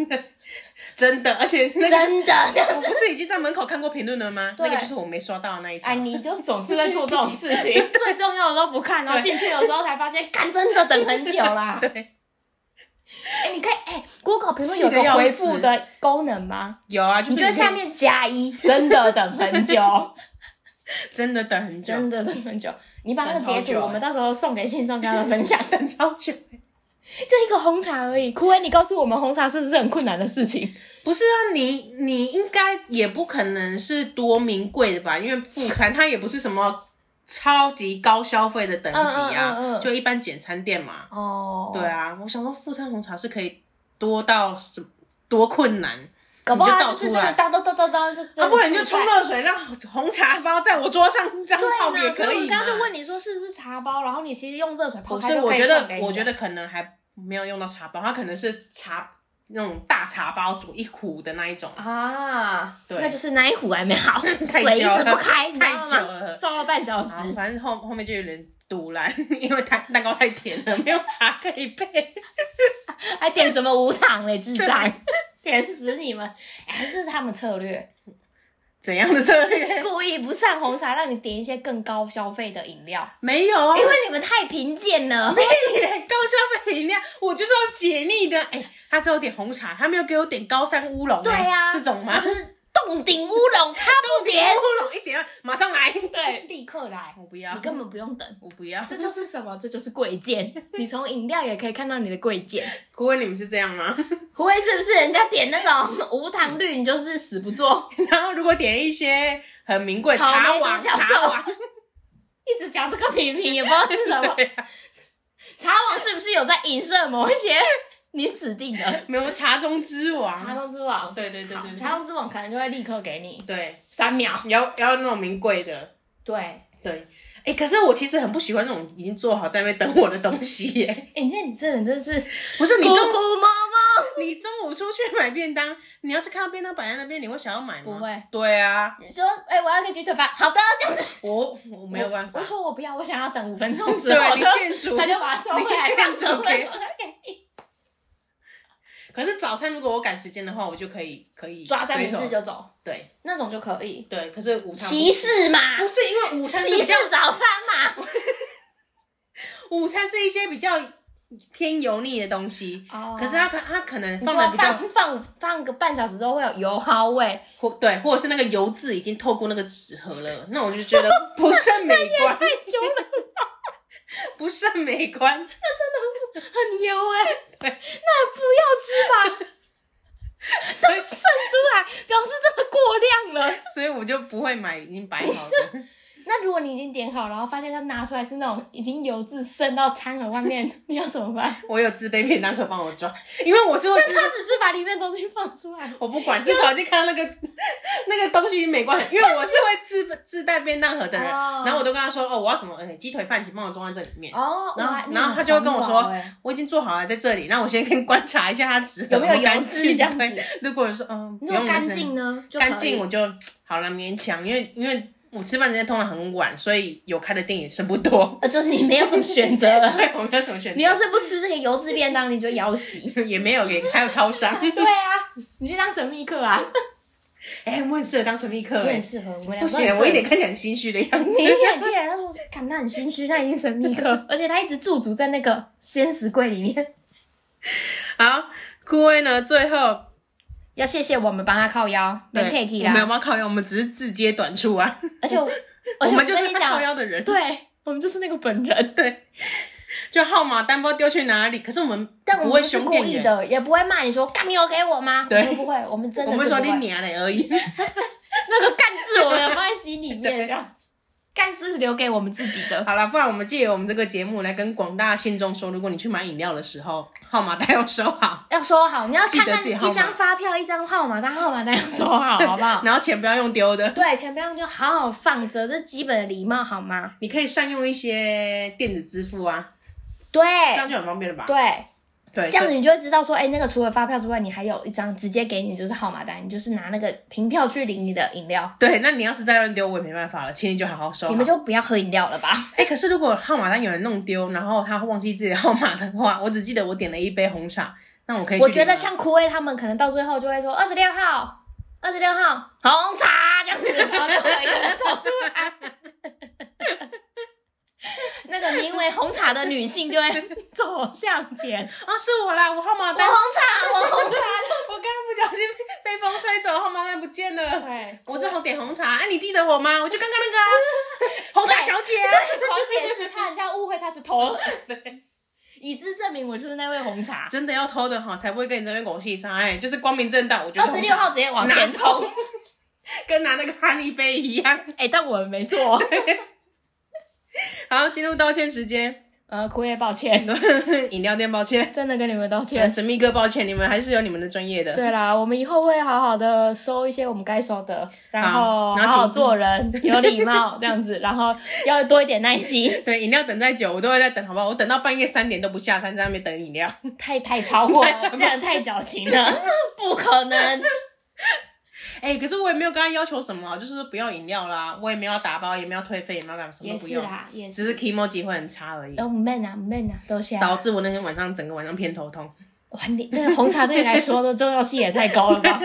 Speaker 1: 真的，而且那个
Speaker 2: 真的这样
Speaker 1: 我不是已经在门口看过评论了吗？
Speaker 2: 对
Speaker 1: 那个就是我没刷到的那一条
Speaker 2: 哎，。你就总是在做这种事情， 最重要的都不看，然后进去的时候才发现，干真的等很久 啦。
Speaker 1: 对，
Speaker 2: 哎、你可以哎、g o o g l e 评论
Speaker 1: 气得
Speaker 2: 有个
Speaker 1: 要
Speaker 2: 回
Speaker 1: 死
Speaker 2: 复的功能吗？
Speaker 1: 有啊，就是
Speaker 2: 你觉得
Speaker 1: 你可以
Speaker 2: 下面 加一，真的等很久，
Speaker 1: 真的等很久，
Speaker 2: 真的等很久。你把那个
Speaker 1: 等超
Speaker 2: 截
Speaker 1: 久
Speaker 2: 图，
Speaker 1: 欸
Speaker 2: 我们到时候送给信众家人分享。
Speaker 1: 等超久。
Speaker 2: 就一个红茶而已，枯哎威，你告诉我们红茶是不是很困难的事情？
Speaker 1: 不是啊，你你应该也不可能是多名贵的吧？因为副餐它也不是什么超级高消费的等级啊，
Speaker 2: 嗯嗯嗯嗯
Speaker 1: 就一般简餐店嘛。
Speaker 2: 哦，
Speaker 1: 对，啊，我想说副餐红茶是可以多到什多困难，
Speaker 2: 搞不好
Speaker 1: 你就
Speaker 2: 他
Speaker 1: 倒
Speaker 2: 就是
Speaker 1: 出
Speaker 2: 真
Speaker 1: 来
Speaker 2: 的倒倒倒倒倒就真的
Speaker 1: 啊，不然你就
Speaker 2: 出
Speaker 1: 冲
Speaker 2: 来
Speaker 1: 热水，让红茶包在我桌上这样泡
Speaker 2: 对
Speaker 1: 也
Speaker 2: 呢，所
Speaker 1: 可
Speaker 2: 以我
Speaker 1: 以
Speaker 2: 刚刚就
Speaker 1: 嘛
Speaker 2: 问你说是不是茶包，然后你其实用热水泡
Speaker 1: 不
Speaker 2: 开
Speaker 1: 是，
Speaker 2: 就
Speaker 1: 我
Speaker 2: 可以
Speaker 1: 觉
Speaker 2: 送
Speaker 1: 得
Speaker 2: 给你
Speaker 1: 我觉
Speaker 2: 了
Speaker 1: 得可能还没有用到茶包，它可能是茶那种大茶包煮一壶的那一种。
Speaker 2: 啊，
Speaker 1: 对
Speaker 2: 那就是那一壶还没好， 水
Speaker 1: 太久了
Speaker 2: 一直不开，你知道吗
Speaker 1: 太久了
Speaker 2: 烧了半小时。
Speaker 1: 好，啊反正后后面就有点堵烂， 因为太蛋糕太甜了，没有茶可以配。
Speaker 2: 还点什么无糖嘞，智 障！点死你们！哎、这是他们策略，
Speaker 1: 怎样的策略？
Speaker 2: 故意不上红茶，让你点一些更高消费的饮料，
Speaker 1: 没有啊，
Speaker 2: 因为你们太贫贱了。
Speaker 1: 高消费饮料，我就是要解腻的。哎、他只有点红茶，他没有给我点高山乌龙、
Speaker 2: 对
Speaker 1: 哎
Speaker 2: 呀、
Speaker 1: 这种吗？
Speaker 2: 就是洞顶乌龙，他不 点，
Speaker 1: 乌龙一点，啊马上来。
Speaker 2: 对，立刻来，
Speaker 1: 我不要
Speaker 2: 你，根本不用等。
Speaker 1: 我不要。
Speaker 2: 这就是什么？这就是贵 贱。你从饮料也可以看到你的贵贱。
Speaker 1: 胡文，你们是这样吗？
Speaker 2: 胡威是不是人家点那种无糖绿，你就是死不做，
Speaker 1: 然后如果点一些很名贵
Speaker 2: 草莓
Speaker 1: 茶王，
Speaker 2: 独角兽
Speaker 1: 茶王，
Speaker 2: 一直讲这个品评也不知道是什么。
Speaker 1: 对啊
Speaker 2: 茶王是不是有在影射某一些 你指定的？
Speaker 1: 没有茶中之
Speaker 2: 茶
Speaker 1: 王。
Speaker 2: 中之王，
Speaker 1: 对对对
Speaker 2: 好
Speaker 1: 对对
Speaker 2: 茶中之王可能就会立刻给你
Speaker 1: 对，
Speaker 2: 三秒。
Speaker 1: 要要那种名贵的。
Speaker 2: 对，哎、
Speaker 1: 对，哎，可是我其实很不喜欢那种已经做好在那边等我的东西耶。
Speaker 2: 那 你这人真是
Speaker 1: 不是你
Speaker 2: 姑
Speaker 1: 中
Speaker 2: 姑摸摸，
Speaker 1: 你中午出去买便当，你要是看到便当摆在那边，你会想要买吗？
Speaker 2: 不会。
Speaker 1: 对啊，
Speaker 2: 你说，哎、我要一个鸡腿饭，好的，这样子。
Speaker 1: 我我没有办法
Speaker 2: 我。说我不要，我想要等五分钟之
Speaker 1: 对
Speaker 2: 后
Speaker 1: 你
Speaker 2: 的。
Speaker 1: 现煮
Speaker 2: 他，就把它收回来，
Speaker 1: 你
Speaker 2: 放
Speaker 1: 现
Speaker 2: 成
Speaker 1: 煮
Speaker 2: 回
Speaker 1: 给。可是早餐如果我赶时间的话，我就可以可以
Speaker 2: 抓
Speaker 1: 随
Speaker 2: 三明
Speaker 1: 手
Speaker 2: 治就走，
Speaker 1: 对
Speaker 2: 那种就可以。
Speaker 1: 对。可是午餐不
Speaker 2: 歧视啊嘛，
Speaker 1: 不是因为午餐是
Speaker 2: 歧
Speaker 1: 比较
Speaker 2: 视早餐嘛。
Speaker 1: 午餐是一些比较偏油腻的东西，
Speaker 2: 哦
Speaker 1: 可是它可它可能
Speaker 2: 你
Speaker 1: 放
Speaker 2: 说
Speaker 1: 的比较
Speaker 2: 放放放个半小时之后会有油耗味，
Speaker 1: 或对，或者是那个油渍已经透过那个纸盒了，那我就觉得 不甚美观，
Speaker 2: 太久了，
Speaker 1: 不甚美观。
Speaker 2: 很油哎、
Speaker 1: 对
Speaker 2: 那不要吃吧，
Speaker 1: 所以
Speaker 2: 渗出来表示真的过量了。
Speaker 1: 所以我就不会买已经摆好的。
Speaker 2: 那如果你已经点好，然后发现它拿出来是那种已经油渍渗到餐盒外面， 你要怎么办？
Speaker 1: 我有自备便当盒帮我装，因为我是会
Speaker 2: 但
Speaker 1: 直
Speaker 2: 是
Speaker 1: 接
Speaker 2: 它只是把里面的东西放出来，
Speaker 1: 我不管，至少就看到那个 那个东西美观，因为我是会自自带便当盒的人，
Speaker 2: 哦
Speaker 1: 然后我都跟他说哦，我要什么，哎，鸡腿饭请帮我装在这里面。
Speaker 2: 哦，
Speaker 1: 然后
Speaker 2: 哇
Speaker 1: 然后他就会跟我说，
Speaker 2: 你很环保欸
Speaker 1: 我已经做好了，在这里。那我先先观察一下它纸盒
Speaker 2: 有没有油
Speaker 1: 干
Speaker 2: 脂
Speaker 1: 净
Speaker 2: 这样子
Speaker 1: 对如果说嗯，不
Speaker 2: 如果
Speaker 1: 用
Speaker 2: 干
Speaker 1: 没事
Speaker 2: 净呢，就可以
Speaker 1: 干净，我就好了，勉强，因为因为我吃饭时间通常很晚，所以有开的店也是不多。
Speaker 2: 呃，就是你没有什么选择了。
Speaker 1: 对，我没有什么选择。
Speaker 2: 你要是不吃这个油脂便当，你就 要洗。
Speaker 1: 也没有给，还有超商，
Speaker 2: 对啊，你去当神秘客啊，
Speaker 1: 哎、我很适合当神秘客
Speaker 2: 我
Speaker 1: 哎
Speaker 2: 很、适合。我们两
Speaker 1: 不
Speaker 2: 个
Speaker 1: 行
Speaker 2: 很，
Speaker 1: 我一
Speaker 2: 适
Speaker 1: 点看起来很心虚的样子
Speaker 2: 合。。你一眼见他说，看他很心虚，他已经神秘客，而且他一直驻足在那个啊 鲜食柜里面。
Speaker 1: 好，枯威呢？最后
Speaker 2: 要谢谢我们帮他靠腰，
Speaker 1: 对
Speaker 2: 没 K T
Speaker 1: 我们有
Speaker 2: 啦。
Speaker 1: 没有靠腰？我们只是字接短处啊，
Speaker 2: 而且我，
Speaker 1: 我
Speaker 2: 而且
Speaker 1: 们就
Speaker 2: 跟
Speaker 1: 是
Speaker 2: 你
Speaker 1: 他靠
Speaker 2: 讲，
Speaker 1: 腰的人。
Speaker 2: 对我们就是那个 本人，
Speaker 1: 对，就号码单不知道丢去哪里，可是我们
Speaker 2: 但我
Speaker 1: 不
Speaker 2: 们
Speaker 1: 会
Speaker 2: 不是
Speaker 1: 凶
Speaker 2: 故
Speaker 1: 店
Speaker 2: 意
Speaker 1: 员，
Speaker 2: 的，也不会骂你说干你有给我吗？
Speaker 1: 对
Speaker 2: 我们不会，我们真的
Speaker 1: 我们
Speaker 2: 是不
Speaker 1: 会说
Speaker 2: 会。
Speaker 1: 你娘嘞而已。
Speaker 2: 那个干字我们有放在心里面，这样子，干字是留给我们自己的。
Speaker 1: 好了，不然我们借由我们这个节目来跟广大信众说，如果你去买饮料的时候，号码单要收好，
Speaker 2: 要说好，你要看
Speaker 1: 记得
Speaker 2: 看
Speaker 1: 自己号码
Speaker 2: 一张发票、一张号码单、号码单要说好，好不好？
Speaker 1: 然后钱不要用丢的。
Speaker 2: 对，钱不要用就好好放着，这是基本的礼貌，好吗？
Speaker 1: 你可以善用一些电子支付啊，
Speaker 2: 对，
Speaker 1: 这样就很方便了吧？
Speaker 2: 哎对，
Speaker 1: 对，
Speaker 2: 这样子你就会知道说，哎、那个除了发票之外，你还有一张直接给你就是号码单，你就是拿那个凭票去领你的饮料。
Speaker 1: 对。那你要是再乱丢，我也没办法了，请你就好好收好。
Speaker 2: 你们就不要喝饮料了吧？
Speaker 1: 哎、可是如果号码单有人弄丢，然后他忘记自己的号码的话，我只记得我点了一杯红茶，那我可以去
Speaker 2: 我觉
Speaker 1: 领
Speaker 2: 得
Speaker 1: 吗
Speaker 2: 像枯威他们，可能到最后就会说二十六号，二十六号红茶这样子，然后就会有一个人走出来， 那个名为红茶的女性就会走向前，
Speaker 1: 啊，是我啦，我号码
Speaker 2: 我
Speaker 1: 单，
Speaker 2: 红
Speaker 1: 我
Speaker 2: 茶，我 红茶，
Speaker 1: 刚刚不小心被风吹走，号码单不见了。
Speaker 2: 对，
Speaker 1: 我正好点红茶，哎、你记得我吗？我就刚刚那个 啊、红茶小姐啊。
Speaker 2: 狂解释，怕人家误会他 是偷了，以资证明我就是那位红茶。
Speaker 1: 真的要偷的哈，才不会跟你这边狗戏杀。哎、就是光明正大，我觉
Speaker 2: 二
Speaker 1: 得
Speaker 2: 十六号直接往前冲，
Speaker 1: 跟拿那个哈尼杯一样。
Speaker 2: 哎、但我们没做。
Speaker 1: 好，进入道歉时间，
Speaker 2: 呃，枯威抱歉，
Speaker 1: 饮料店抱歉，
Speaker 2: 真的跟你们道歉
Speaker 1: 呃。神秘哥抱歉，你们还是有你们的专业的。
Speaker 2: 对啦，我们以后会好好的收一些我们该收的，然后
Speaker 1: 好然
Speaker 2: 好
Speaker 1: 后
Speaker 2: 好
Speaker 1: 请
Speaker 2: 做人，有礼貌这样子，然后要多一点耐心，
Speaker 1: 对，饮料等再久，我都会在等，好不好？我等到半夜三点都不下山，在那边等饮料。
Speaker 2: 太太超过了
Speaker 1: 太超，过
Speaker 2: 这样太矫情了， 不 可能。
Speaker 1: 哎、可是我也没有跟他要求什么，就是说不要饮料啦，我也没有要打包，也没有要退费，也没有干嘛，什么
Speaker 2: 也
Speaker 1: 都不
Speaker 2: 是
Speaker 1: 用，
Speaker 2: 啦，也是。
Speaker 1: 只是 k i m o j i 会很差而已，
Speaker 2: 哦，闷啊闷啊，都下。
Speaker 1: 导致我那天晚上整个晚上偏头痛。
Speaker 2: 哇，你那个红茶对你来说的重要性也太高了吧？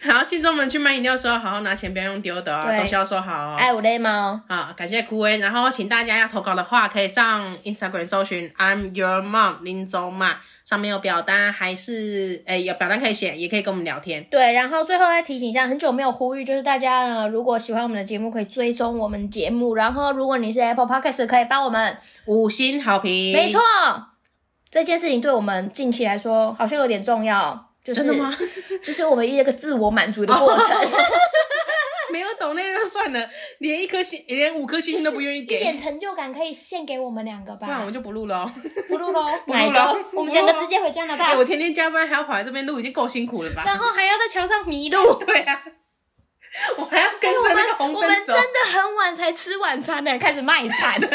Speaker 1: 然后信众们去买饮料的时候，好好拿钱，不要用丢的啊，
Speaker 2: 对哎
Speaker 1: 东西要收好哦。
Speaker 2: 爱我的猫，
Speaker 1: 好，感谢枯威。然后请大家要投稿的话，可以上 Instagram 搜寻 I'm Your Mom 林州嘛，上面有表单，还是诶、有表单可以写，也可以跟我们聊天。
Speaker 2: 对，然后最后再提醒一下，很久没有呼吁，就是大家呢，如果喜欢我们的节目，可以追踪我们节目。然后，如果你是 Apple Podcast，可以帮我们
Speaker 1: 五星好评，
Speaker 2: 没错，，这件事情对我们近期来说好像有点重要，就是
Speaker 1: 真的吗？
Speaker 2: 就是我们一个自我满足的过程，
Speaker 1: 没有懂那就算了，连一颗星，连五颗星星都不愿意
Speaker 2: 一点
Speaker 1: 给，
Speaker 2: 成就感可以献给我们两个
Speaker 1: 不然
Speaker 2: 吧
Speaker 1: 我。就不录了哦。
Speaker 2: 不录喽，
Speaker 1: 不
Speaker 2: 哪
Speaker 1: 录
Speaker 2: 一
Speaker 1: 咯
Speaker 2: 个？我
Speaker 1: 不
Speaker 2: 们两
Speaker 1: 录
Speaker 2: 个
Speaker 1: 咯
Speaker 2: 直接回加拿
Speaker 1: 哎、
Speaker 2: 大，
Speaker 1: 我天天加班还要跑来这边录，已经够辛苦了吧？
Speaker 2: 然后还要在桥上迷路。
Speaker 1: 对啊，我还要跟
Speaker 2: 哎我
Speaker 1: 着那个
Speaker 2: 们
Speaker 1: 红
Speaker 2: 我们
Speaker 1: 灯
Speaker 2: 真
Speaker 1: 走。
Speaker 2: 的很晚才吃晚餐呢，开始卖惨。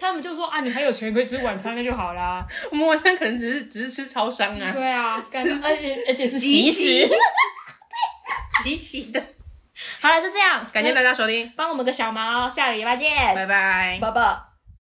Speaker 2: 他们就说啊，你还有钱可以吃晚餐，那就好啦。
Speaker 1: 我们晚上可能只是只是吃超商啊，
Speaker 2: 对啊，干而且而且是
Speaker 1: 即
Speaker 2: 即
Speaker 1: 食
Speaker 2: 食。
Speaker 1: 齐齐的。
Speaker 2: 好了，就这样，
Speaker 1: 感谢大家收听，
Speaker 2: 帮我们个小忙哦，下个礼拜见，
Speaker 1: 拜拜。
Speaker 2: 拜拜。